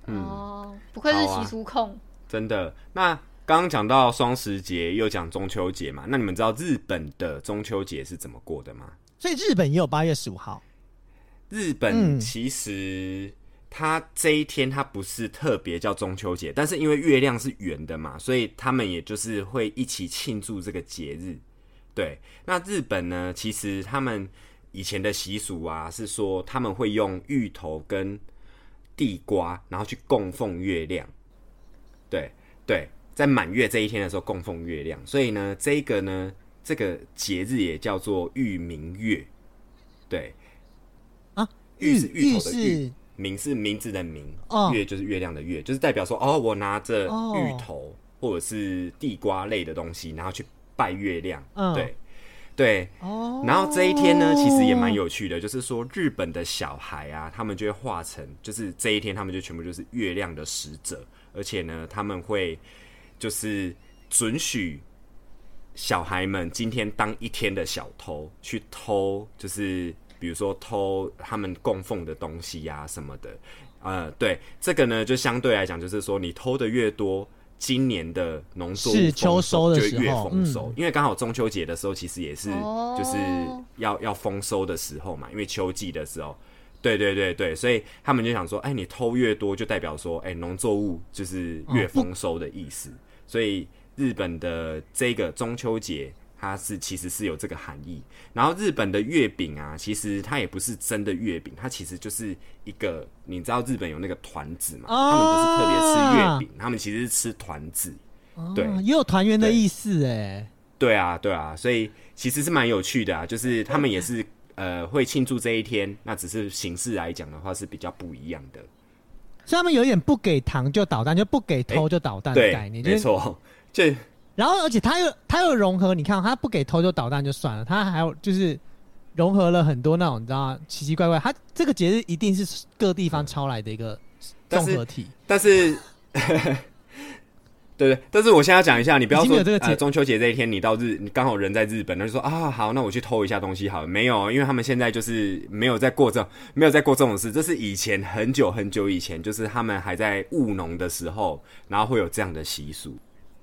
S4: 嗯，
S2: 哦，不愧是
S4: 好啊
S2: 习俗控。
S4: 真的。那刚刚讲到双十节，又讲中秋节嘛，那你们知道日本的中秋节是怎么过的吗？
S3: 所以日本也有八月十五号，
S4: 日本
S3: 嗯
S4: 其实它这一天它不是特别叫中秋节，但是因为月亮是圆的嘛，所以他们也就是会一起庆祝这个节日。对，那日本呢，其实他们以前的习俗啊，是说他们会用芋头跟地瓜，然后去供奉月亮。对对，在满月这一天的时候供奉月亮，所以呢，这个呢，这个节日也叫做玉明月。对
S3: 啊，
S4: 玉是芋
S3: 玉
S4: 头的玉
S3: 是，
S4: 明是名字的明，
S3: 哦
S4: 月就是月亮的月，就是代表说哦，我拿着
S3: 哦
S4: 芋头或者是地瓜类的东西，然后去拜月亮。
S3: 嗯
S4: 对对，
S3: 哦
S4: 然后这一天呢，其实也蛮有趣的，就是说日本的小孩啊，他们就会化成，就是这一天他们就全部就是月亮的使者，而且呢，他们会就是准许小孩们今天当一天的小偷，去偷，就是比如说偷他们供奉的东西呀、什么的。呃，对，这个呢，就相对来讲，就是说你偷的越多。今年的农作物
S3: 是
S4: 丰
S3: 秋收的
S4: 就
S3: 时
S4: 越
S3: 候
S4: 丰
S3: 嗯
S4: 收，因为刚好中秋节的时候，其实也是
S2: 哦
S4: 就是要要丰收的时候嘛，因为秋季的时候，对对对对，所以他们就想说，哎，你偷越多，就代表说，哎，农作物就是越丰收的意思。所以日本的这个中秋节，它是其实是有这个含义。然后日本的月饼啊，其实它也不是真的月饼，它其实就是一个，你知道日本有那个团子嘛，他们不是特别吃月饼，他们其实是吃团子。对
S3: 哦也有团圆的意思哎。
S4: 对啊，对啊，所以其实是蛮有趣的啊，就是他们也是呃会庆祝这一天，那只是形式来讲的话是比较不一样的。
S3: 所以他们有点不给糖就捣蛋，就不给偷就捣蛋的概
S4: 对，
S3: 念，就
S4: 没
S3: 是。
S4: 错， 就
S3: 然后，而且他又他又融合，你看他不给偷就捣蛋就算了，他还有就是融合了很多那种你知道吗奇奇怪怪。他这个节日一定是各地方抄来的一个
S4: 嗯但
S3: 综
S4: 是
S3: 合体。
S4: 但是。 对对，但是我现在要讲一下，你不要
S3: 已经
S4: 说
S3: 有这个节
S4: 呃中秋节这一天，你到日，你刚好人在日本，那就说啊好，那我去偷一下东西好了。没有，因为他们现在就是没有在过这没有在过这种事，这是以前很久很久以前，就是他们还在务农的时候，然后会有这样的习俗。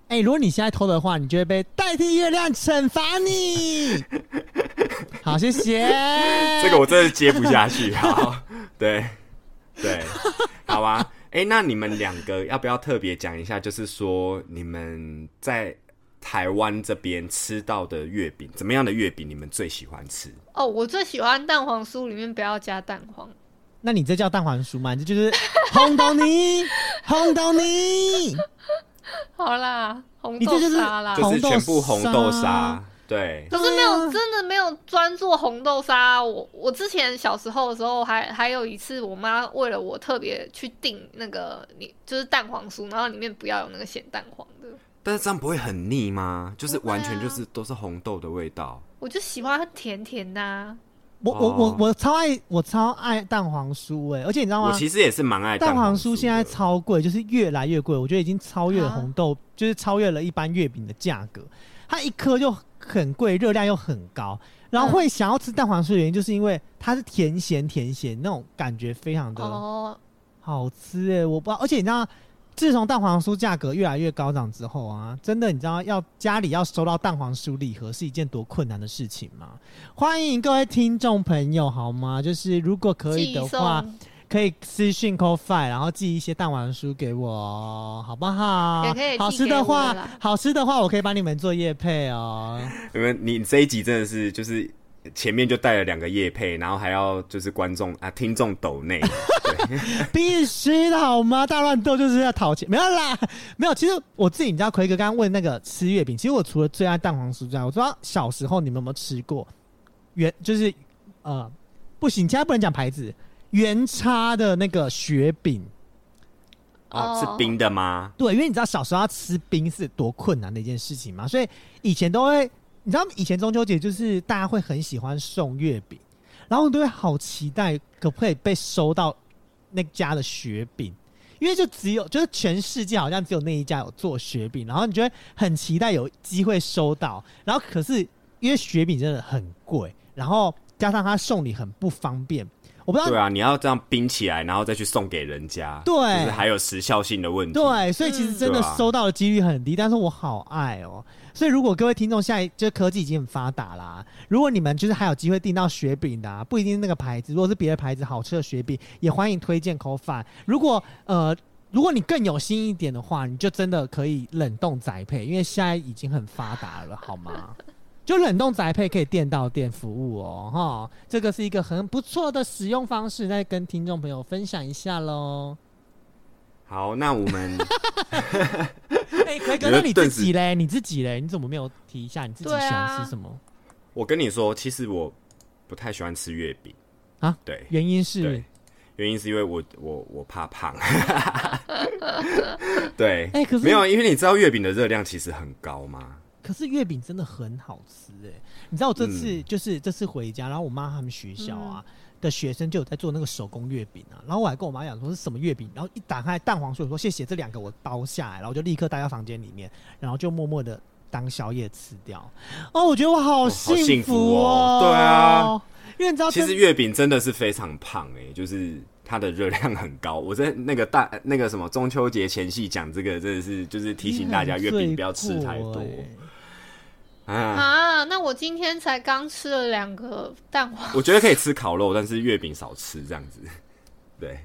S3: 哎、如果你现在偷的话，你就会被代替月亮惩罚 你。好，谢谢。
S4: 这个我真的接不下去。好，对对，好吧。哎、那你们两个要不要特别讲一下？就是说你们在台湾这边吃到的月饼，怎么样的月饼你们最喜欢吃？
S2: 哦，我最喜欢蛋黄酥，里面不要加蛋黄。
S3: 那你这叫蛋黄酥吗？你这就是轰到你，轰到你。
S2: 好啦，红
S3: 你这
S2: 豆
S3: 就是
S2: 沙啦。
S4: 就是全部红
S3: 啊红豆沙
S4: 豆沙，对，
S2: 可是没
S3: 对
S2: 有，
S3: 啊
S2: 真的没有专做红豆沙。啊我我之前小时候的时候还，还有一次，我妈为了我特别去订那个，你就是蛋黄酥，然后里面不要有那个咸蛋黄的。
S4: 但是这样不会很腻吗？就是
S2: 不会啊
S4: 完全就是都是红豆的味道。
S2: 我就喜欢甜甜的、啊，
S3: 我我我
S4: 哦
S3: 我超爱我超爱蛋黄酥哎、而且你知道
S4: 我
S3: 吗？
S4: 其实也是蛮爱
S3: 蛋黄
S4: 黄
S3: 酥
S4: 酥
S3: 现在
S4: 的
S3: 超贵，就是越来越贵，我觉得已经超越
S2: 啊
S3: 红豆，就是超越了一般月饼的价格。它一颗就很贵，热量又很高，然后
S2: 嗯
S3: 会想要吃蛋黄酥的原因，就是因为它是甜咸甜咸那种感觉非常的
S2: 哦，
S3: 欸好吃哎、我不知道，而且你知道。自从蛋黄酥价格越来越高涨之后啊，真的你知道要家里要收到蛋黄酥礼盒是一件多困难的事情吗？欢迎各位听众朋友，好吗？就是如果可以的
S2: 寄
S3: 话，
S2: 送
S3: 可以私信 call five，然后寄一些蛋黄酥给我哦，好不好？
S2: 也可以寄
S3: 好吃的话
S2: 给我啦，
S3: 好吃的话，我可以帮你们做夜配哦。
S4: 你们你这一集真的是就是前面就带了两个夜配，然后还要就是观众啊听众抖内，
S3: 必须的好吗？大乱斗就是要讨钱，没有啦，没有。其实我自己，你知道，奎哥刚刚问那个吃月饼，其实我除了最爱蛋黄酥之外，我不知道小时候你们有没有吃过原就是呃不行，现在不能讲牌子，原叉的那个雪饼。
S4: 哦，
S2: 哦
S4: 是冰的吗？
S3: 对，因为你知道小时候要吃冰是多困难的一件事情嘛，所以以前都会，你知道以前中秋节就是大家会很喜欢送月饼，然后都会好期待可不可以被收到那家的雪饼。因为就只有就是全世界好像只有那一家有做雪饼，然后你就会很期待有机会收到，然后可是因为雪饼真的很贵，然后加上他送礼很不方便，我不知道
S4: 对啊，你要这样冰起来，然后再去送给人家，
S3: 哦对
S4: 就是还有时效性的问题。
S3: 对，所以其实真的
S4: 对啊
S3: 收到的几率很低，但是我好爱哦。所以如果各位听众现在就是科技已经很发达啦，如果你们就是还有机会订到雪饼的、啊，不一定是那个牌子，如果是别的牌子好吃的雪饼，也欢迎推荐口饭。如果呃。如果你更有心一点的话，你就真的可以冷冻宅配，因为现在已经很发达了，好 吗？就冷冻宅配可以店到店服务哦，哈，这个是一个很不错的使用方式，再跟听众朋友分享一下喽。
S4: 好，那我 们
S3: 哎、奎哥，
S4: 觉
S3: 那
S4: 得
S3: 你自
S4: 顿时
S3: 己嘞？你自己嘞？你怎么没有提一下你自己
S2: 对
S3: 喜
S2: 啊
S3: 欢吃什么？
S4: 我跟你说，其实我不太喜欢吃月饼
S3: 啊
S4: 对，
S3: 原因是
S4: 对，原因是因为我我我怕 胖。对，
S3: 哎可是
S4: 没有，因为你知道月饼的热量其实很高吗？
S3: 可是月饼真的很好吃哎、你知道我这次、
S4: 嗯
S3: 就是这次回家，然后我妈他们学校啊、
S2: 嗯
S3: 的学生就有在做那个手工月饼啊，然后我还跟我妈讲说是什么月饼，然后一打开蛋黄酥，我说谢谢这两个我包下来，然后我就立刻带到房间里面，然后就默默的。当宵夜吃掉哦，我觉得我好
S4: 幸福哦
S3: 幸福
S4: 对啊，
S3: 因为你知道
S4: 其
S3: 这，
S4: 实月饼真的是非常胖哎、就是它的热量很高。我在那个大那个什么中秋节前夕讲这个，真的是就是提醒大家
S3: 你
S4: 月
S3: 很
S4: 饼不要
S3: 嗯罪
S4: 吃太
S3: 过
S4: 多
S3: 欸嗯
S4: 啊。
S2: 啊，那我今天才刚吃了两个蛋黄，？
S4: 我觉得可以吃烤肉， 但是月饼少吃这样子。 对，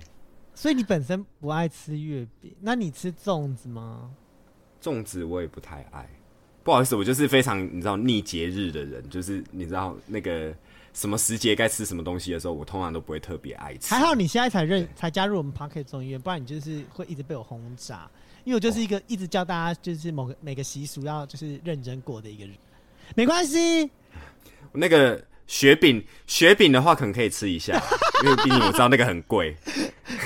S3: 所以你本身不爱吃月饼，那你吃粽子吗？
S4: 粽子我也不太爱。不好意思，我就是非常你知道逆节日的人，就是你知道那个什么时节该吃什么东西的时候，我通常都不会特别爱吃。
S3: 还好你现在才认才加入我们 Pocket 众议院，不然你就是会一直被我轰炸。因为我就是一个一直叫大家就是某个每个习俗要就是认真过的一个人。没关系，
S4: 那个雪饼，雪饼的话可能可以吃一下，因为毕竟我知道那个很贵。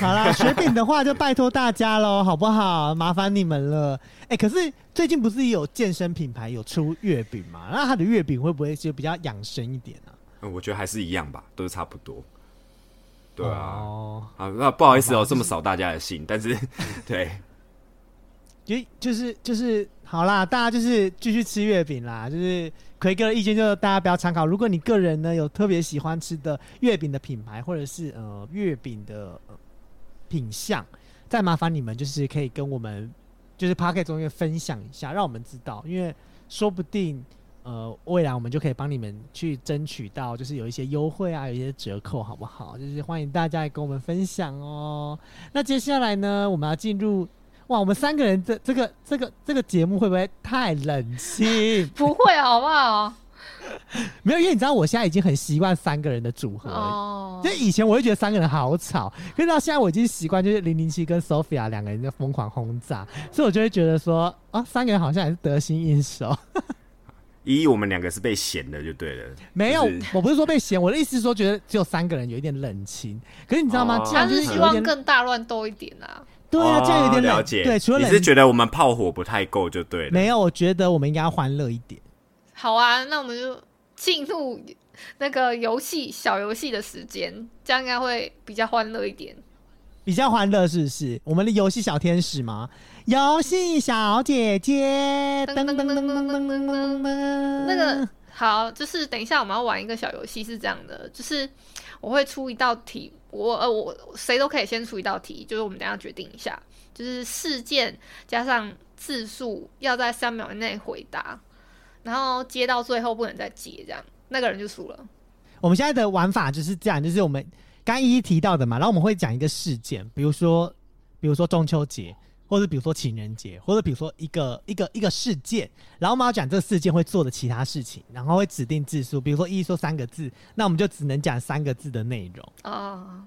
S3: 好啦，雪饼的话就拜托大家喽，好不好？麻烦你们了。哎、可是最近不是有健身品牌有出月饼嘛？那它的月饼会不会就比较养生一点啊？
S4: 嗯，我觉得还是一样吧，都是差不多。对啊，
S3: 哦
S4: 好，那不好意思哦，这么扫大家的兴，但是 对，
S3: 就就是就是好啦，大家就是继续吃月饼啦。就是奎哥的意见，就是大家不要参考。如果你个人呢有特别喜欢吃的月饼的品牌，或者是呃月饼的、呃、品相，再麻烦你们就是可以跟我们就是 p a r k e t 中间分享一下，让我们知道，因为说不定呃未来我们就可以帮你们去争取到，就是有一些优惠啊，有一些折扣，好不好？就是欢迎大家来跟我们分享哦。那接下来呢，我们要进入哇，我们三个人这这个这个这个节目会不会太冷清
S2: 不会好不好？
S3: 没有，因为你知道我现在已经很习惯三个人的组合了。
S2: 哦
S3: 就，以前我会觉得三个人好吵，可是到现在我已经习惯，就是零零七跟 Sophia 两个人在疯狂轰炸，所以我就会觉得说，啊，三个人好像也是得心应手。
S4: 一我们两个是被嫌的就对了，
S3: 没有
S4: 就是，
S3: 我不是说被嫌，我的意思是说，觉得只有三个人有一点冷清。可是你知道吗？
S4: 哦
S3: 这
S2: 他
S3: 样就是是
S2: 希
S3: 有
S2: 望
S3: 点
S2: 更大乱斗一点啊。
S3: 对啊，这样有点
S4: 哦
S3: 冷。
S4: 了解。
S3: 对，除了
S4: 你
S3: 冷
S4: 是觉得我们炮火不太够就对了，
S3: 没有，我觉得我们应该要欢乐一点。
S2: 好啊，那我们就进入那个游戏小游戏的时间，这样应该会比较欢乐一点。
S3: 比较欢乐是不是？我们的游戏小天使吗？游戏小姐姐，噔
S2: 噔
S3: 噔
S2: 噔噔噔噔
S3: 噔噔噔噔
S2: 噔
S3: 噔噔，嗯
S2: 那个好，就是等一下我们要玩一个小游戏，是这样的，就是我会出一道题，我呃我谁都可以先出一道题，就是我们等一下决定一下，就是事件加上字数要在三秒以内回答，然后接到最后不能再接，这样那个人就输了。
S3: 我们现在的玩法就是这样，就是我们刚一一提到的嘛，然后我们会讲一个事件，比如说，比如说中秋节，或者比如说情人节，或者比如说一个一个一个事件，然后我们要讲这个事件会做的其他事情，然后会指定字数，比如说一说三个字，那我们就只能讲三个字的内容，
S2: 啊、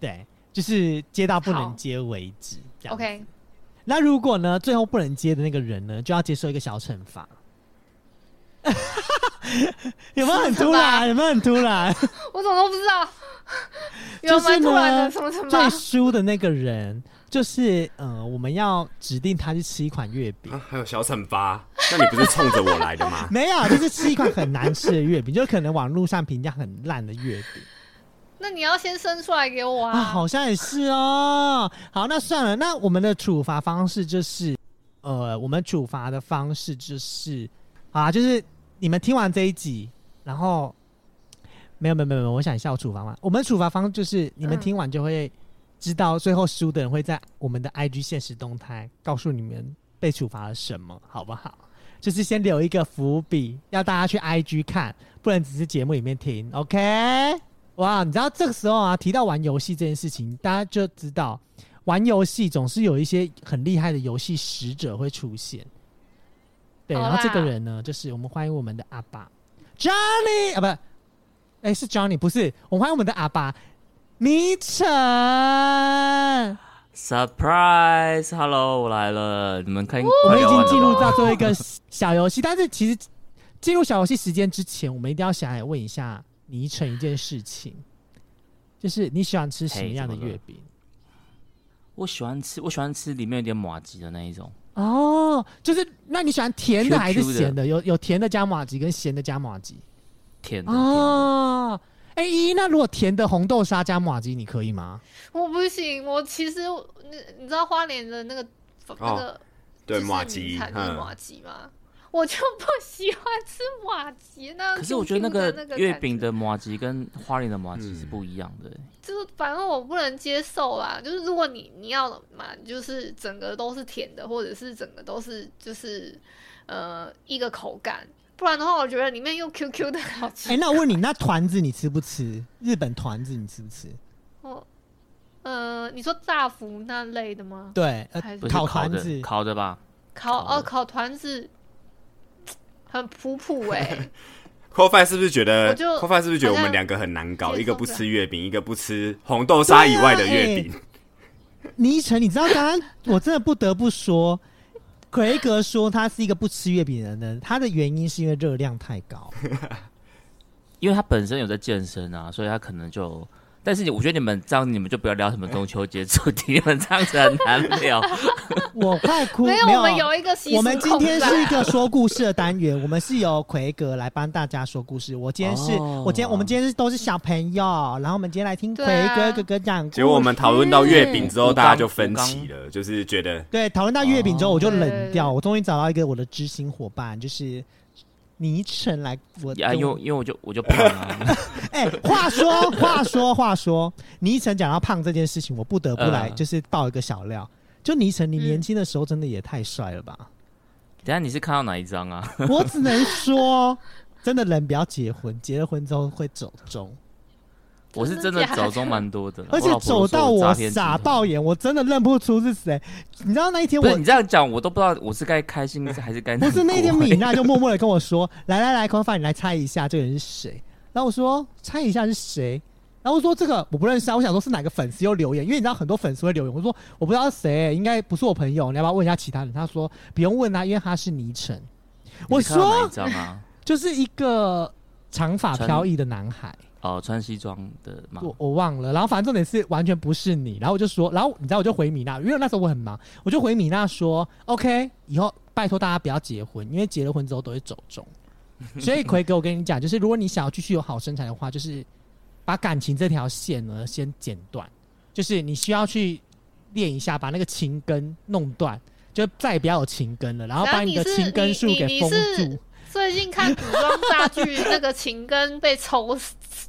S3: 对，就是接到不
S2: 好
S3: 能接为止。这样
S2: o k
S3: 那如果呢，最后不能接的那个人呢，就要接受一个小惩罚。有没有很突
S2: 什么惩罚
S3: 然？有没有很突然？
S2: 我怎么都不知 道，原
S3: 就
S2: 来
S3: 是
S2: 蛮突然
S3: 呢
S2: 的，什么啊什，
S3: 最
S2: 么，
S3: 输的那个人就是呃，我们要指定他去吃一款月 饼，？
S4: 啊，还有小惩罚，那你不是冲着我来的吗
S3: 没有，就是吃一款很难吃的月饼，就可能网络上评价很烂的月饼
S2: 那你要先生出来给我
S3: 啊，
S2: 啊，
S3: 好像也是哦。好，那算了，那我们的处罚方式就是，呃，我们处罚的方式就是，啊，就是你们听完这一集，然后没有没有没有，没有我想一下，我处罚嘛，我们处罚方式就是你们
S2: 嗯
S3: 听完就会知道，最后输的人会在我们的 IG 现实动态告诉你们被处罚了什么，好不好？就是先留一个伏笔，要大家去 IG 看，不能只是节目里面听，OK？哇，你知道这个时候啊，提到玩游戏这件事情，大家就知道玩游戏总是有一些很厉害的游戏使者会出现。对，
S2: 好
S3: 然后这个
S2: 啦
S3: 人呢，就是我们欢迎我们的阿爸 Johnny 啊，不，哎、是 Johnny，不是，我们欢迎我们的阿爸米晨。
S5: Surprise，Hello，我来了！你们看，
S3: 我
S5: 快
S3: 们已
S5: 聊
S3: 经
S5: 完了
S3: 进入
S5: 吗
S3: 到最后一个小游戏，但是其实进入小游戏时间之前，我们一定要想来问一下倪晨一件事情，就是你喜欢吃什么样的
S5: 嘿怎么了
S3: 月饼？
S5: 我喜欢吃，我喜欢吃里面有点马吉的那一种，
S3: 哦，就是那你喜欢甜的
S5: Q-Q
S3: 还是咸的？有有甜的加马吉跟咸的加马吉
S5: 甜的。
S3: 哦。哎、一那如果甜的红豆沙加马吉，你可以吗？
S2: 我不行，我其实你你知道花莲的那个、那个
S4: 哦对，
S2: 就是
S4: 马
S2: 名
S4: 吉，
S2: 产就是马
S4: 嗯，
S2: 吉嘛，我就不喜欢吃马吉那。
S5: 可是我觉得那
S2: Q Q 的那
S5: 个月饼
S2: 感觉
S5: 的马吉跟花莲的马吉是
S4: 嗯
S5: 不一样的、
S2: 就是反正我不能接受啦。就是如果你你要嘛，就是整个都是甜的，或者是整个都是就是呃一个口感，不然的话，我觉得里面又 QQ 的好吃。
S3: 哎、那我问你，那团子你吃不吃？日本团子你吃不吃？
S2: 哦，呃，你说大福那类的吗？
S3: 对，呃，
S2: 还是
S5: 不是
S3: 烤
S5: 烤
S3: 团子
S5: 的，烤的吧？
S2: 烤
S5: 烤的
S2: 哦烤团子很普普哎、
S4: 扣饭是不是觉
S2: 我
S4: 得
S2: 就
S4: 扣饭是不是觉得我
S2: 好
S4: 们
S2: 像
S4: 两个很难搞？
S2: 接
S4: 一个
S2: 受
S4: 不
S2: 不
S4: 吃月饼，一个不吃红豆沙以外的
S3: 啊哎
S4: 月饼。
S3: 倪晨，你知道刚刚我真的不得 不说，奎格说他是一个不吃月饼的人，他的原因是因为热量太 高。
S5: 因为他本身有在健身啊，所以他可能就。但是我觉得你们这样，你们就不要聊什么中秋节主题，你们这样子很难聊。
S3: 我快哭，
S2: 没
S3: 有，啊
S2: 有，我们有一个习俗
S3: 我们今天
S2: 控
S3: 是
S2: 制啊
S3: 一 个说故事的单元，我们是由奎格来帮大家说故事。我今天是，
S5: 哦
S3: 我今天我们今天是都是小朋友，然后我们今天来听奎
S2: 对啊
S3: 格哥哥讲故事。
S4: 结果我们讨论到月饼之后，
S5: 嗯
S4: 大家就分
S5: 我
S4: 歧
S5: 刚
S4: 了，就是觉得
S3: 对讨论到月饼之后，我就
S2: 对
S3: 冷掉。我终于找到一个我的知心伙伴，就是倪晨来我
S5: 啊，
S3: 跟
S5: 因
S3: 我
S5: 为因为我就我就胖了、
S3: 哎、话 说，话说，话说，倪晨讲到胖这件事情，我不得不来
S5: 嗯
S3: 就是爆一个小料。就倪晨，你
S2: 嗯
S3: 年轻的时候真的也太帅了吧！
S5: 等一下你是看到哪一张啊？
S3: 我只能说，真的人不要结婚，结了婚之后会走中，
S5: 我是真的走中蛮多的啦，
S3: 而且
S5: 我老婆
S3: 走
S5: 都说
S3: 到
S5: 我
S3: 我
S5: 诈骗集
S3: 傻
S5: 团
S3: 爆眼，我真的认不出是谁。你知道那一天
S5: 不是
S3: 我
S5: 你。这样讲，我都不知道我是该开心还是该
S3: 不是
S5: 难
S3: 那天
S5: 过
S3: 米 娜就默默的跟我说：“ 来来来，宽发，你来猜一下这个人是谁。”然后我说：“猜一下是谁？”然后我说：“这个我不认识啊。”我想说是哪个粉丝又留言，因为你知道很多粉丝会留言。我说：“我不知道是谁，应该不是我朋友，你要不要问一下其他人？”他说：“不用问啊，因为他是倪晨。”我
S5: 你是看到哪
S3: 说
S5: 一：“张啊？
S3: 就是一个长发
S5: 穿
S3: 飘逸的男孩。”
S5: 哦，穿西装的嘛。
S3: 我我忘了，然后反正重点是完全不是你，然后我就说，然后你知道我就回米娜，因为那时候我很忙，我就回米娜说，OK，以后拜托大家不要结婚，因为结了婚之后都会走中。所以奎哥，我跟你讲，就是如果你想要继续有好身材的话，就是把感情这条线呢先剪断，就是你需要去练一下，把那个情根弄断，就再也不要有情根了，然后把
S2: 然后你
S3: 的
S2: 是
S3: 情根
S2: 你
S3: 树
S2: 你
S3: 给
S2: 你
S3: 封
S2: 是
S3: 住。
S2: 最近看古装大剧，那个情根被抽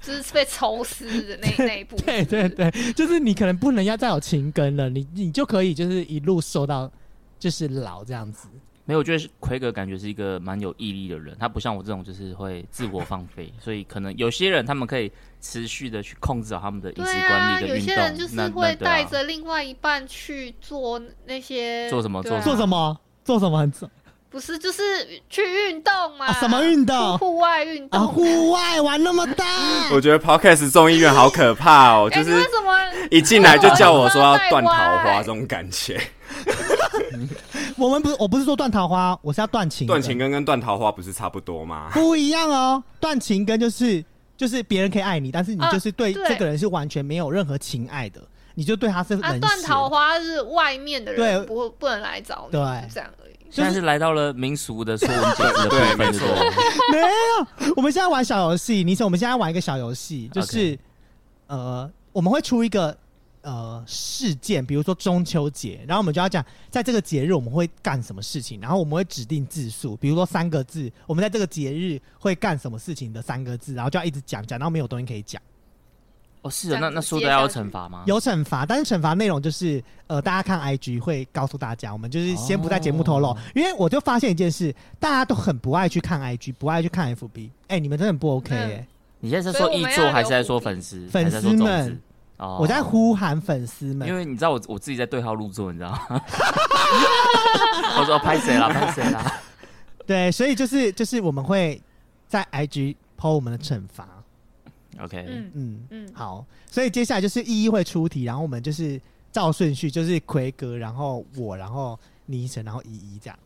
S2: 就是被抽丝的那那一部。
S3: 对对对，就是你可能不能要再有情根了，你你就可以就是一路瘦到就是老这样子。
S5: 没有，我觉得是奎格感觉是一个蛮有毅力的人，他不像我这种就是会自我放飞，所以可能有些人他们可以持续的去控制好他们的饮
S2: 对
S5: 食
S2: 啊，
S5: 管理
S2: 有
S5: 跟运
S2: 些
S5: 动，
S2: 人就是
S5: 那
S2: 会带、
S5: 那对啊
S2: 着另外一半去做那些
S5: 做什么
S2: 对啊
S3: 做什么？做什么很重
S2: 不是就是去运动嘛、
S3: 啊？什么运
S2: 户
S3: 动
S2: 户外运动
S3: 啊？户外玩那么大，
S4: 我觉得 podcast 众议院好可怕哦，
S2: 哎
S4: 就
S2: 你
S4: 是
S2: 为什么？
S4: 一进来就叫我说要断桃 花
S2: 欸
S4: 这种感觉，
S3: 我们不是我不是说断桃花，哦我是要断情
S4: 断情根跟断桃花不是差不多吗？
S3: 不一样哦。断情根就是就是别人可以爱你，但是你
S2: 啊
S3: 就是对
S2: 对
S3: 这个人是完全没有任何情爱的，你就对他是
S2: 啊，
S3: 冷
S2: 断
S3: 血
S2: 桃花是外面的人
S3: 对
S2: 不不能来找你，
S3: 对
S2: 就这样而已。
S5: 现在是来到了民俗的说文解字的部
S4: 对
S5: 分，
S4: 没
S5: 对不
S4: 错
S5: 对？
S3: 没有， 我们现在玩小游戏。你想，我们现在玩一个小游戏，就是
S5: OK
S3: 呃，我们会出一个呃事件，比如说中秋节，然后我们就要讲，在这个节日我们会干什么事情，然后我们会指定字数，比如说三个字，我们在这个节日会干什么事情的三个字，然后就要一直讲，讲到没有东西可以讲，
S5: 哦，是啊，
S2: 这
S5: 那
S2: 样
S5: 那
S2: 子
S5: 说
S2: 接
S5: 的要有
S2: 下去
S5: 惩罚吗？
S3: 有惩罚，但是惩罚内容就是呃，大家看 IG 会告诉大家，我们就是先不在节目透露，
S5: 哦
S3: 因为我就发现一件事，大家都很不爱去看 IG，不爱去看 FB，哎、你们真的很不 OK 哎、
S2: 嗯
S5: 你现在是
S2: 所
S5: 说
S2: 以我
S5: 易
S2: 们
S5: 作
S2: 要
S5: 还
S2: 留
S5: 是在
S2: 伏
S5: 说
S2: 笔
S5: 粉丝？
S3: 粉
S5: 还是在
S3: 丝
S5: 说种
S3: 们
S5: 子？哦，
S3: 我在呼喊粉丝们，
S5: 因为你知道我我自己在对号入座，你知道吗？ 我说哦拍谁啦，拍谁 啦？
S3: 对，所以就是就是我们会在 IG 抛我们的惩罚，
S5: OK，、
S2: 嗯
S3: 嗯，
S2: 嗯，
S3: 好，所以接下来就是一一会出题，然后我们就是照顺序，就是奎格，然后我，然后倪晨，然后依依这样。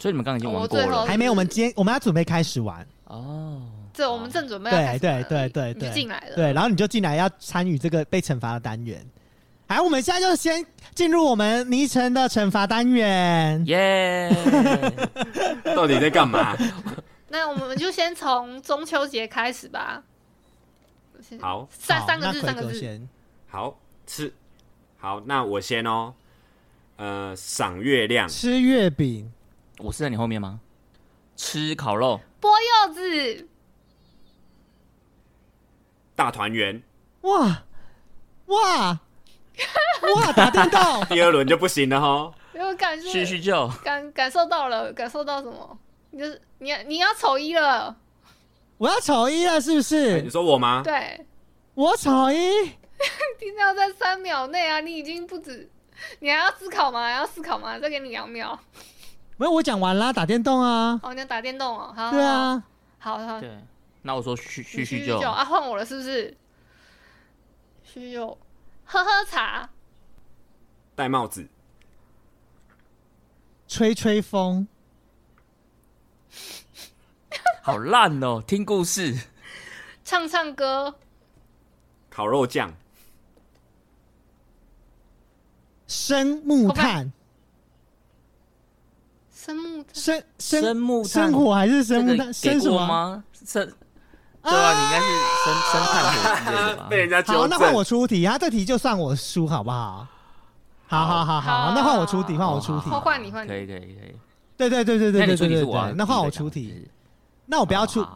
S5: 所以你们刚刚已经
S2: 我
S5: 玩过
S2: 最后
S5: 了
S3: 还没有，我们今天我们要准备开始玩，
S5: 哦。
S2: 这我们正准备要开
S3: 对
S2: 始玩
S3: 对
S2: 了
S3: 对
S2: 你
S3: 对
S2: 就
S3: 对，
S2: 进来了，
S3: 对，然后你就进来要参与这个被惩罚的单元。哎，我们现在就先进入我们倪晨的惩罚单元。
S5: 耶！
S4: 到底在干嘛？
S2: 那我们就先从中秋节开始吧。先
S4: 好
S2: 三
S3: 好
S2: 三个
S3: 那
S2: 字，
S3: 奎
S2: 三个
S3: 格
S2: 字，
S3: 先
S4: 好吃，好，那我先哦。呃，赏月亮，
S3: 吃月饼，
S5: 我是在你后面吗？吃烤肉，
S2: 剥柚子，
S4: 大团圆，
S3: 哇哇哇，打电 动。
S4: 第二轮就不行了吼。
S2: 有感受
S5: 叙叙旧，
S2: 感感受到了，感受到什么？你就是你你要丑一了，
S3: 我要丑一了，是不
S4: 哎你
S3: 是？
S4: 说我吗？
S2: 对，
S3: 我丑一，
S2: 一定要在三秒内啊！你已经不止，你还要思考吗？还要思考吗？再给你两秒。
S3: 没有我讲完啦，打电动啊，
S2: 哦，你要打电动哦，好，
S3: 对，啊，
S2: 好好，
S5: 对。那我说叙叙叙
S2: 就
S5: 旧，
S2: 啊，换我了是不是？叙叙旧，喝喝茶，
S4: 戴帽子，
S3: 吹吹风，
S5: 好烂哦！听故事，
S2: 唱唱歌，
S4: 烤肉酱，
S3: 生木
S2: 好吧
S3: 炭，
S2: 生木
S3: 生
S5: 生
S3: 生
S5: 木炭
S3: 生，火还是
S5: 这
S3: 生木炭？
S5: 个给
S3: 生什
S5: 过
S3: 么？啊
S5: 吗？生，对啊，你应该是生生炭火之类 的吧
S4: 被？人家
S3: 好，
S4: 纠
S3: 那换
S4: 正
S3: 我。出题，他这题就算我输，好不好？好好好好，
S2: 好
S3: 那换我出题，换我
S5: 哦
S3: 出题。
S2: 好换你换你
S5: 可以可以可以。
S3: 对对对对对对
S5: 那你出
S3: 对
S5: 题
S3: 对
S5: 是我要
S3: 对，那换我出
S5: 第一个
S3: 题，
S5: 讲。
S3: 那我
S5: 我
S3: 不要出，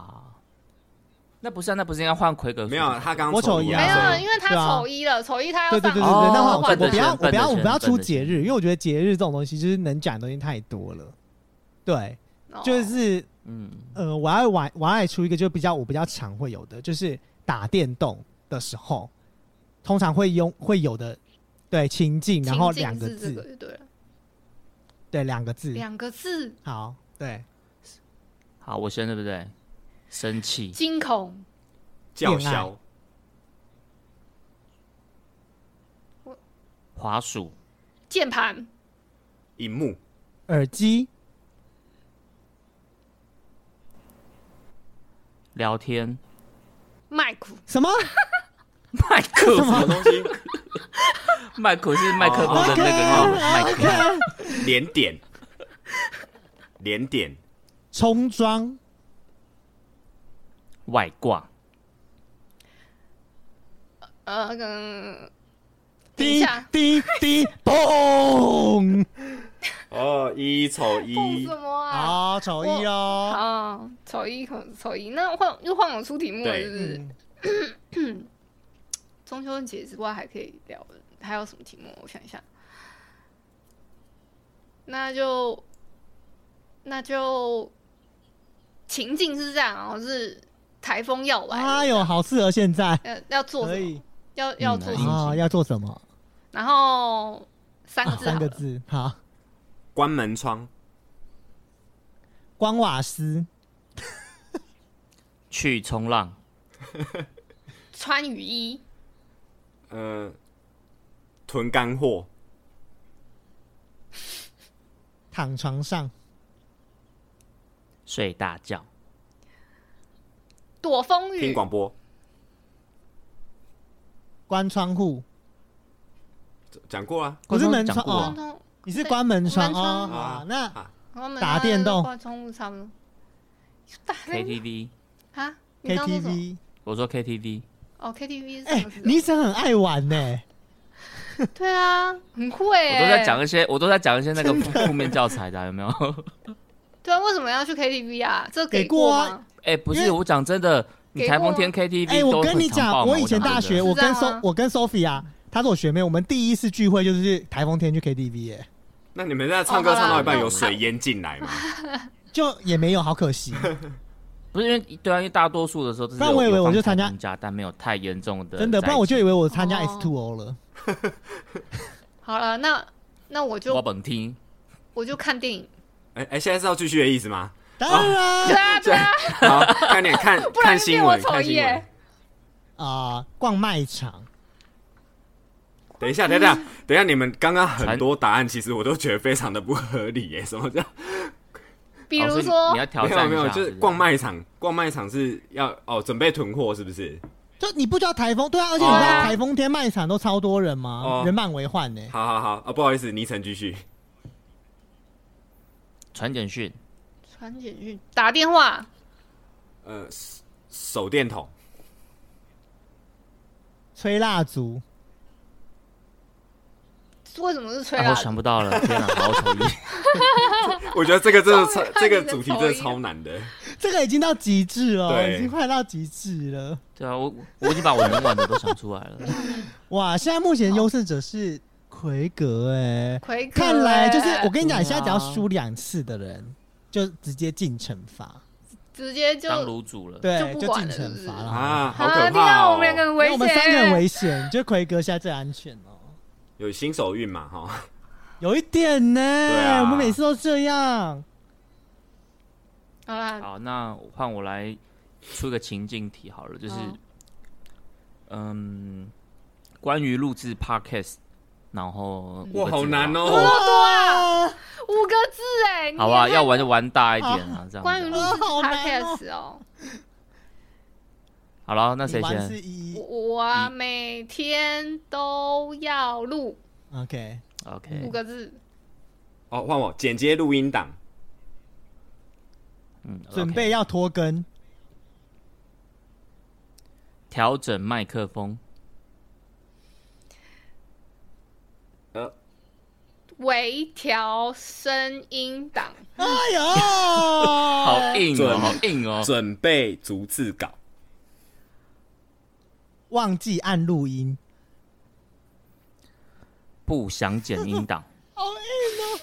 S5: 那不是啊，那不是应该换奎格出？
S4: 没有，他刚
S3: 我
S4: 刚
S3: 丑
S4: 丑
S3: 一
S4: 一
S2: 没
S3: 啊
S4: 啊，
S2: 有，
S4: 所以
S2: 因为他
S3: 对啊
S2: 丑一了，丑一他要
S3: 对对
S2: 上
S3: 对对对，
S5: 哦
S3: 那换我
S5: 换
S3: 我
S5: 的
S3: 不要
S5: 选
S3: 我不要
S5: 笨的
S3: 我不要
S5: 选
S3: 出
S5: 笨的
S3: 节
S5: 选
S3: 日，因为我觉得节日这种东西就是能讲的东西太多了，对，
S2: 哦
S3: 就是
S5: 嗯，
S3: 呃，我要玩，我要来出一个就比较我比较常会有的，就是打电动的时候，通常会用会有的，对情境，然后
S2: 情境
S3: 两个
S2: 是这
S3: 字，嗯
S2: 个就对了，
S3: 对两个字，
S2: 两个字，
S3: 好，对，
S5: 好，我先对不对？生气，
S2: 惊恐，
S4: 叫
S3: 恋爱
S4: 嚣，
S5: 滑鼠，
S2: 键盘，
S4: 荧幕，
S3: 耳机
S5: 聊天，
S2: 麦克，
S3: 什么？
S5: 麦克
S4: 什么
S5: 风，
S4: 东西？
S5: 麦克是麦克风的那个日文麦克，
S4: 连点，连点，
S3: 冲装
S5: 外挂，
S2: 呃，嗯， 等一
S3: 滴
S2: 下，
S3: 滴滴， 嘣！
S4: 哦，一丑
S2: 蹦
S4: 一
S2: 什，么啊？
S3: 好，丑一哦。
S2: 啊，丑一丑丑一，那换又换我出题目了，
S4: 对
S2: 是不是？
S3: 嗯
S2: 中秋节之外还可以聊的，还有什么题目？我想一下，那就那就情境是这样哦，是台风要来了，
S3: 哎呦，好适合现在，
S2: 要要做
S3: 可
S2: 什么？
S3: 以
S2: 要要做
S5: 对
S2: 什么？
S3: 啊，要做什么？
S2: 然后三个
S3: 啊
S2: 字好了、
S3: 三个字，好，
S4: 关门窗，
S3: 关瓦斯，
S5: 去冲浪，
S2: 穿雨衣，
S4: 呃，囤干货，
S3: 躺床上，
S5: 睡大觉，
S2: 躲风
S4: 听
S2: 雨，
S4: 广播，
S3: 关窗户，
S4: 讲过啊，
S3: 不是门
S5: 讲
S3: 窗
S5: 过
S2: 关
S5: 啊
S3: 哦，
S2: 窗，
S3: 你是关门窗
S2: 门窗
S3: 哦，好，那
S4: 啊
S2: 然后门
S3: 打电动
S2: 关窗户差不多。打电动
S5: ，KTV，
S2: 啊？你刚刚说什么
S3: KTV，
S5: 我说 KTV，
S2: 哦，KTV 是
S3: 哎
S2: 什么，
S3: 你真的很爱玩呢、
S2: 对啊，很会、
S5: 我
S2: 欸。
S5: 都在讲一些，我都在讲一些那个负面教材的啊，有没有？
S2: 对啊，为什么要去 KTV 啊？这
S3: 给
S2: 给
S3: 过啊
S2: 吗？
S5: 哎，不
S3: 因
S5: 是，
S3: 为
S5: 我讲真的，你
S2: 给
S5: 台风
S2: 过
S5: 天
S2: 吗
S5: KTV
S3: 哎、我
S5: 都
S3: 跟
S5: 很
S3: 你
S5: 常
S3: 讲，
S5: 爆
S3: 我
S5: 满
S3: 以前大学，
S5: 我
S3: 我跟
S2: 是这样
S3: So
S2: 吗
S3: 我跟 Sophie 啊，她是我学妹，我们第一次聚会就是去台风天去 KTV 耶、
S4: 那你们在唱歌
S2: 哦好啦
S4: 唱到一半
S2: 那
S4: 有
S2: 我
S4: 水淹进来吗？
S3: 就也没有，好可惜。
S5: 不是因为对啊，因为大多数的时候都是
S3: 不然我
S5: 有
S3: 以为
S5: 有
S3: 我
S5: 放
S3: 就
S5: 台
S3: 参加
S5: 风假，但没有太严重的，
S3: 真的，不然我就以为我参加
S2: 哦
S3: S Two O 了。
S2: 好了，那那我
S5: 我
S2: 就
S5: 本听。
S2: 我就看电影。
S4: 哎哎，现在是要继续的意思吗？
S3: 当然
S2: 对啊，对啊，
S4: 好，快点看
S2: 不然
S4: 看
S2: 就
S4: 新
S2: 变我
S4: 闻，
S2: 丑
S4: 看新
S2: 耶
S4: 闻。
S3: 啊，逛卖场，
S4: 等一下，等
S2: 嗯
S4: 一下，等一下，你们刚刚很多答案，其实我都觉得非常的不合理耶。 什么叫？
S2: 比
S5: 哦所
S2: 如
S5: 以
S2: 说
S5: 你要挑
S4: 没有
S5: 战一
S4: 没有，
S5: 下，
S4: 就是
S5: 不
S4: 逛卖场，逛卖场是要哦准备囤货是不是？
S3: 就你不知道台风对啊，而且你知
S4: 哦
S3: 道台风天卖场都超多人吗
S4: 哦？
S3: 人满为患呢、
S4: 好好好啊，不好意思，倪晨继续。
S5: 传简讯，
S2: 传简讯、打电话、
S4: 呃，手手 电筒，
S3: 吹蜡烛，
S2: 为什么是吹
S5: 啊，
S2: 蜡
S5: 我
S2: 烛？
S5: 想不到了，天哪，好丑一。
S4: 我觉得这个真的超
S2: 终于，看
S4: 这
S2: 你的
S4: 个主题真的超难的。
S3: 这个已经到极致了，
S4: 对
S3: 已经快到极致了。
S5: 对啊，我我我已经把我能玩的都想出来了。
S3: 哇，现在目前优胜者是奎格哎、
S2: 奎啊哥、
S3: 看来就是我跟你
S5: 对啊
S3: 讲，现在只要输两次的人，就直接进惩罚，
S2: 直接 就
S5: 当卤煮了，
S3: 对
S2: 就，不
S3: 就
S2: 管
S3: 进
S2: 了是不
S3: 惩
S2: 是
S3: 罚了。
S4: 啊，好
S2: 啊
S4: 可
S2: 天啊
S4: 怕
S2: 我们两个
S4: 哦！
S2: 很危
S3: 因为
S2: 险，
S3: 我们三个很危险，就奎哥现在最安全哦。
S4: 有新手运嘛哈？
S3: 有一点呢、
S4: 啊
S3: 我们每次都这样。
S2: 好啦，
S5: 好，那换我来出一个情境题好了，就是
S2: 好
S5: 嗯，关于录制 podcast，然
S2: 嗯
S5: 后
S4: 哇，好难
S5: 哦。
S4: 哦！
S2: 啊
S3: 哇，
S2: 五个字哎、你
S5: 好啊，
S2: 也太
S5: 要玩就玩大一点啊，这样子啊。
S2: 关于录
S3: 啊
S2: 制
S3: 好难哦
S2: podcast 哦，
S5: 好了，那谁
S3: 你玩
S5: 先
S3: 是？一
S2: 我我啊每天都要录
S3: OK，
S2: 五
S5: OK，
S2: 个字，
S4: 哦，换我剪接录音档，
S5: 嗯，OK，
S3: 准备要拖 更，
S5: 调整麦克风，
S4: 呃
S2: 微调声音档，
S3: 哎呦，
S5: 好
S3: 好
S5: 硬哦，
S4: 准
S5: 好硬哦。
S4: 准备逐字稿，
S3: 忘记按录音，
S5: 不想剪音档，
S3: 好硬哦。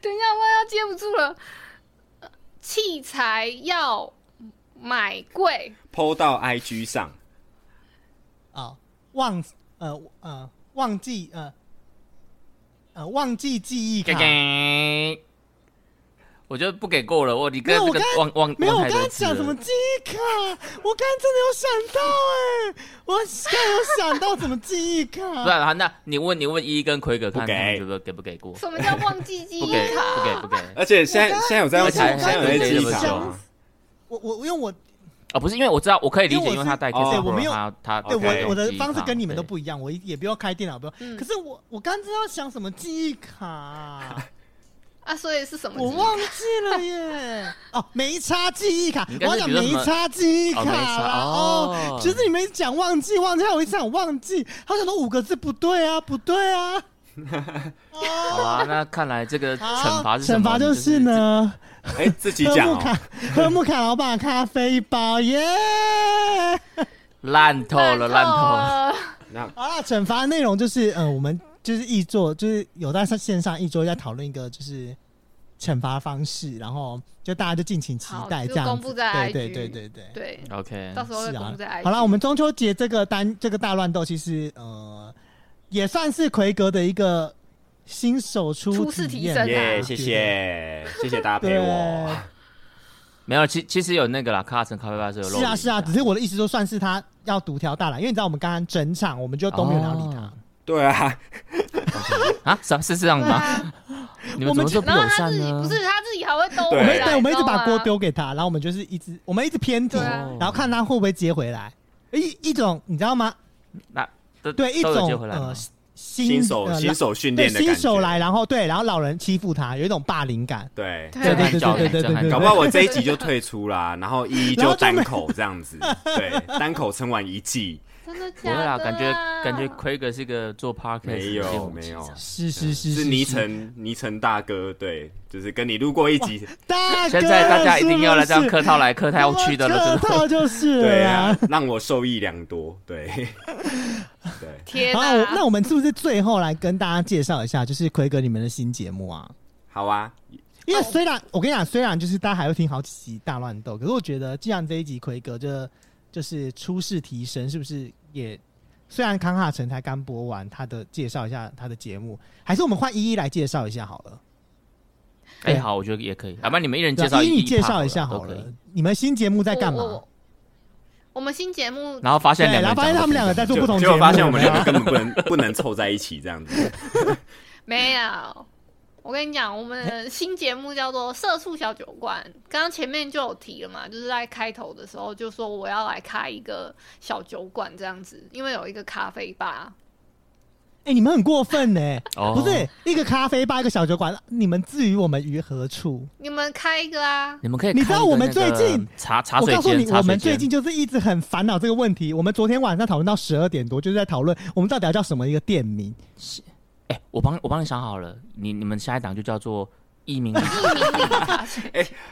S2: 等一下我要接不住了，呃器材要买贵，
S4: 抛到 IG 上，
S3: 哦，忘呃呃忘记呃呃忘记记忆卡
S5: 嘎，嘎我觉得不给过了，我你
S3: 没
S5: 跟
S3: 有
S5: 这
S3: 我
S5: 个
S3: 刚
S5: 忘忘
S3: 没有，我
S5: 忘太
S3: 刚
S5: 多
S3: 刚
S5: 次
S3: 讲什么
S5: 了。
S3: 记忆卡，我刚刚真的有想到哎、我刚刚有想到什么记忆卡，
S5: 不啊然好，那你问你问一跟奎哥看
S4: 不给
S5: 他们觉得给不给过？
S2: 什么叫忘记记
S5: 不
S2: 忆
S5: 给
S3: 啊
S5: 不给
S2: 卡？
S5: 不给。
S4: 而且现在现在有在用
S3: 而
S4: 记，
S3: 且
S4: 现
S3: 我
S4: 在有
S3: 刚
S4: 在
S3: 刚
S4: 记忆
S3: 就
S4: 卡
S3: 是
S4: 吗？
S3: 我我我用我
S5: 哦，不是，因为我知道我可以理
S3: 因为
S5: 解，
S3: 我
S5: 因为他
S3: 是
S5: 带 K
S4: 哦
S5: P
S3: 哎对我没有
S5: 他他
S4: 对我
S5: OK，
S3: 我的
S5: 记忆
S3: 方式
S5: 卡
S3: 跟你们都
S5: 对
S3: 不一样，我也不要开电脑，不要。
S2: 嗯
S3: 可是我我刚知道想什么记忆卡、
S2: 啊，所以是什么字？
S3: 我忘记了耶。 哦，没差记忆卡，
S5: 你应
S3: 我
S5: 该
S3: 要
S5: 是
S3: 讲
S5: 比如说
S3: 没
S5: 什么
S3: 差记忆卡
S5: 哦没差
S3: 啦。哦
S5: 哦，
S3: 就是你们讲忘记忘记，还有一次想忘记，他想说五个字不对啊，不对啊。
S5: 好啦，那看来这个惩罚是什
S3: 惩
S5: 么
S3: 罚就是，呢，
S4: 哎、自己
S3: 喝
S4: 讲
S3: 木
S4: 哦、
S3: 卡 喝木卡老板咖啡一包耶。
S5: 你就是烂透了，烂透了。
S2: 了。
S4: 那
S3: 好啦，惩罚内容就是，嗯、我们就是一桌，就是有在线上一桌在讨论一个就是惩罚方式，然后就大家就敬请期
S2: 好
S3: 待
S2: 就
S3: 这样
S2: 公
S3: 子。
S2: 布在
S3: 对
S2: IG
S3: 对对对对。
S2: 对，
S5: OK，
S2: 到时候会
S3: 是
S2: 公
S3: 啊
S2: 布在 IG。
S3: 好了，我们中秋节这个单这个大乱斗，其实呃也算是奎格的一个新手初
S2: 初次
S3: 体
S2: 提
S3: 验
S2: 升
S3: 吧
S4: 耶、
S2: 啊
S4: 谢。谢谢谢大家
S3: 我觉
S4: 陪
S3: 得
S4: 我。
S5: 没有，其其实有那个啦，卡城咖啡吧是有
S3: 对，
S5: 漏。
S3: 是啊是啊，只是我的意思说，算是他要独挑大梁，因为你知道我们刚刚整场我们就都没有聊理
S2: 哦
S3: 他，
S4: 对啊，
S5: 啊，是是这样
S2: 对
S5: 吗？
S2: 啊，
S5: 你们怎么这
S2: 然
S5: 么不
S2: 后
S5: 友
S2: 他
S5: 善
S2: 自己
S5: 呢？
S2: 不是他自己还会兜回
S4: 对
S3: 我们
S2: 来，
S3: 一对我们一直
S2: 你知道
S3: 把锅
S2: 吗。
S3: 丢给他，然后我们就是一直我们一直偏题
S2: 啊对，啊
S3: 然后看他会不会接回来，一一种你知道吗？
S5: 那都
S3: 对，一
S5: 都有接
S3: 种
S5: 回来吗
S3: 呃新
S4: 新手、
S3: 呃
S4: 新手训
S3: 对
S4: 练的感觉。
S3: 新手来，然后对，然后老人欺负他，有一种霸凌感。
S4: 对，
S3: 对对
S5: 震撼
S3: 对
S5: 教
S3: 对
S5: 育
S3: 对对
S5: 震撼
S3: 对
S5: 教
S4: 搞
S5: 育
S4: 不好我这一集就退出啦，然后一一
S3: 然
S4: 就
S3: 后就没
S4: 单口这 样子，对，单口撑完一季，
S2: 真的
S5: 不
S2: 假
S5: 会
S2: 的
S5: 啦，
S2: 啊？
S5: 感觉感觉 Craig 是个做 podcast 的
S4: 没有
S5: 剑舞
S4: 没
S5: 奇
S4: 有
S5: 才
S3: 是是是
S4: 嗯是倪晨倪晨大哥，对，就是跟你录过一集，
S3: 大哥，
S5: 现在大家一定要来这样
S3: 是不
S5: 客
S3: 是
S5: 套来客套去的了，
S3: 客
S5: 真的。
S3: 套就是
S4: 对
S3: 了
S4: 啊
S3: 啦。，
S4: 让我受益良多， 对，对，
S2: 天
S3: 好，
S2: 哪！
S3: 那我们是不是最后来跟大家介绍一下，就是奎哥你们的新节目啊？
S4: 好啊，
S3: 因
S2: 哦
S3: 为虽然我跟你讲，虽然就是大家还会听好几集大乱斗，可是我觉得既然这一集奎哥就就是初试提升，是不是也？虽然康哈城才刚播完他的介绍一下他的节目，还是我们换一一来介绍一下好了。
S5: 哎，
S3: 对
S5: 好，我觉得也可以。阿曼，你们一人
S3: 对
S5: 介
S3: 啊
S5: 绍
S3: 一一你
S5: 一
S3: 介绍一
S5: 趴
S3: 下
S5: 好
S3: 好
S5: 了都可
S3: 了
S5: 以。，
S3: 你们新节目在
S2: 我
S3: 干？
S2: 我
S3: 嘛
S2: 我？我们新节目
S5: 然后发现
S3: 对，
S5: 两个
S3: 然
S5: 人
S3: 后发现他们两个在做不
S4: 就
S3: 同节
S4: 结
S3: 目，
S4: 果发现我们
S3: 有没有
S4: 两个根本不能不能凑在一起这样子，
S2: 没有，我跟你讲，我们
S3: 哎
S2: 的新节目叫做《社畜小酒馆》。刚刚前面就有提了嘛，就是在开头的时候就说我要来开一个小酒馆这样子，因为有一个咖啡吧。
S3: 哎、你们很过分呢、
S5: 哦
S3: 不是一个咖啡吧，一个小酒馆，你们置于我们于何处？
S2: 你们开一个 啊？
S5: 你们可以
S3: 你知道
S5: 开一个
S3: 我们
S5: 那个
S3: 最近
S5: 茶茶
S3: 我
S5: 水
S3: 告诉
S5: 间，
S3: 你，
S5: 茶
S3: 我
S5: 水
S3: 们最
S5: 间
S3: 近就是一直很烦恼这个问题。我们昨天晚上讨论到十二点多，就是在讨论我们到底要叫什么一个店名。
S5: 哎，我帮我帮你想好了，你你们下一档就叫做一鸣
S2: 一鸣里茶水
S3: 哎
S2: 间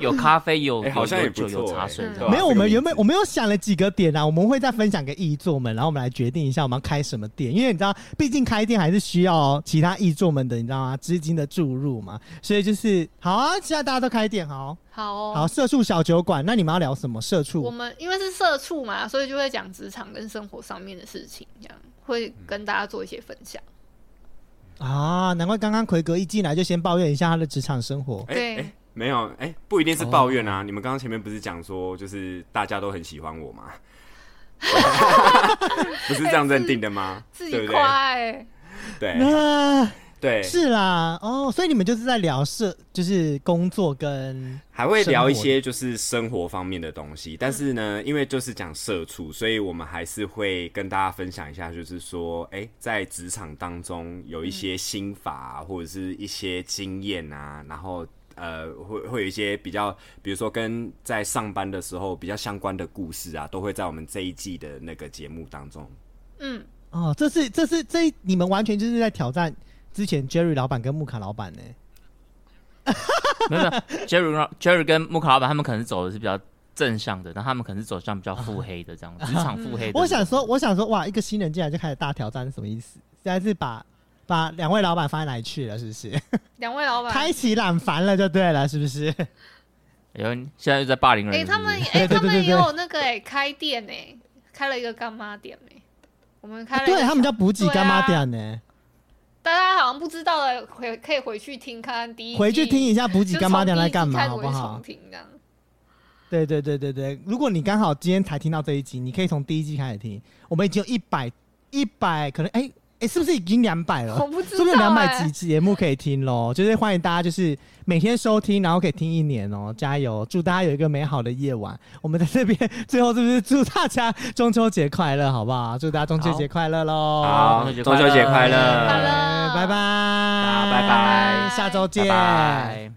S5: 有咖啡有
S4: 哎
S5: 有
S4: 好像
S5: 有
S4: 也不
S5: 酒有
S4: 错
S5: 茶
S4: 哎
S5: 水
S2: 嗯
S5: 这
S4: 对
S5: 样
S4: 吧
S3: 没有，我
S4: 这个
S3: 们
S4: 名
S3: 原本
S4: 字
S3: 我们有想了几个点啊，我们会再分享给译作们，然后我们来决定一下我们要开什么店，因为你知道，毕竟开店还是需要其他译作们的，你知道吗？资金的注入嘛，所以就是好啊，现在大家都开店，好
S2: 好哦。
S3: 好社畜小酒馆，那你们要聊什么社
S2: 我
S3: 畜？
S2: 们因为是社畜嘛，所以就会讲职场跟生活上面的事情，这样会跟大家做一些分享。
S3: 啊，难怪刚刚奎格一进来就先抱怨一下他的职场生活。
S4: 哎
S2: 对
S4: 哎。没有，哎、不一定是抱怨啊。
S3: 哦
S4: 你们刚刚前面不是讲说，就是大家都很喜欢我 吗？不是这样认定的吗？
S2: 自
S4: 对
S2: 己
S4: 不
S2: 夸
S4: 对？
S2: 哎、
S4: 对
S3: 那、
S4: 对，
S3: 啊是啦，哦，所以你们就是在聊社，就是工作跟
S4: 还会聊一些就是生活方面的东西，但是呢，
S5: 嗯
S4: 因为就是讲社畜，所以我们还是会跟大家分享一下，就是说，哎、在职场当中有一些心法啊、或者是一些经验啊，然后呃，会会有一些比较，比如说跟在上班的啊时候比较相关的故事啊，都会在我们这一季的那个节目当中。
S2: 嗯，
S3: 哦，这是这是这你们完全就是在挑战之前 Jerry 老板跟木卡老板呢、
S5: 没有没有 Jerry Jerry 跟木卡老板他们可能走的是比较正向的，但他们可能是走向比较腹黑的这样，职场腹黑的。
S3: 我想说，我想说，哇，一个新人进来就开始大挑战，是什么意思？现在是把把两位老板放在哪里去了，是不是？
S2: 两位老板，
S3: 开启懒烦了就对了，是不是？
S5: 哎呦，现在又在霸凌人
S2: 哎、
S5: 是不
S2: 他
S5: 是
S2: 们哎、
S3: 对对
S2: 他们
S3: 对对
S2: 也有那个哎、开店哎、开了一个干妈店哎、我们开了一个小、
S3: 对他们叫补给干妈
S2: 对啊
S3: 店呢、
S2: 大家好像不知道的，回可以回去听看第一季，
S3: 回去听一下补
S2: 就
S3: 给
S2: 是
S3: 干妈店
S2: 从第
S3: 来
S2: 一集
S3: 干嘛，
S2: 开始
S3: 好
S2: 我
S3: 不
S2: 就
S3: 好
S2: 重？听这样，
S3: 对对对对对，如果你刚好今天才听到这一集，你可以从第一季开始听。我们已经有一百一百，可能哎哎、是不是已经两百了？
S2: 我不知
S3: 是不是有
S2: 道
S3: 两
S2: 哎、
S3: 百集节目可以听喽？就是欢迎大家，就是每天收听，然后可以听一年哦，加油！祝大家有一个美好的夜晚。我们在这边最后是不是祝大家中秋节快乐，好不好？祝大家中秋节快乐喽！
S4: 好，
S5: 中秋节
S4: 中秋节快
S5: 快乐
S4: 乐，
S2: 快乐
S3: 拜拜，
S4: 拜拜
S3: 下周见。
S5: 拜拜。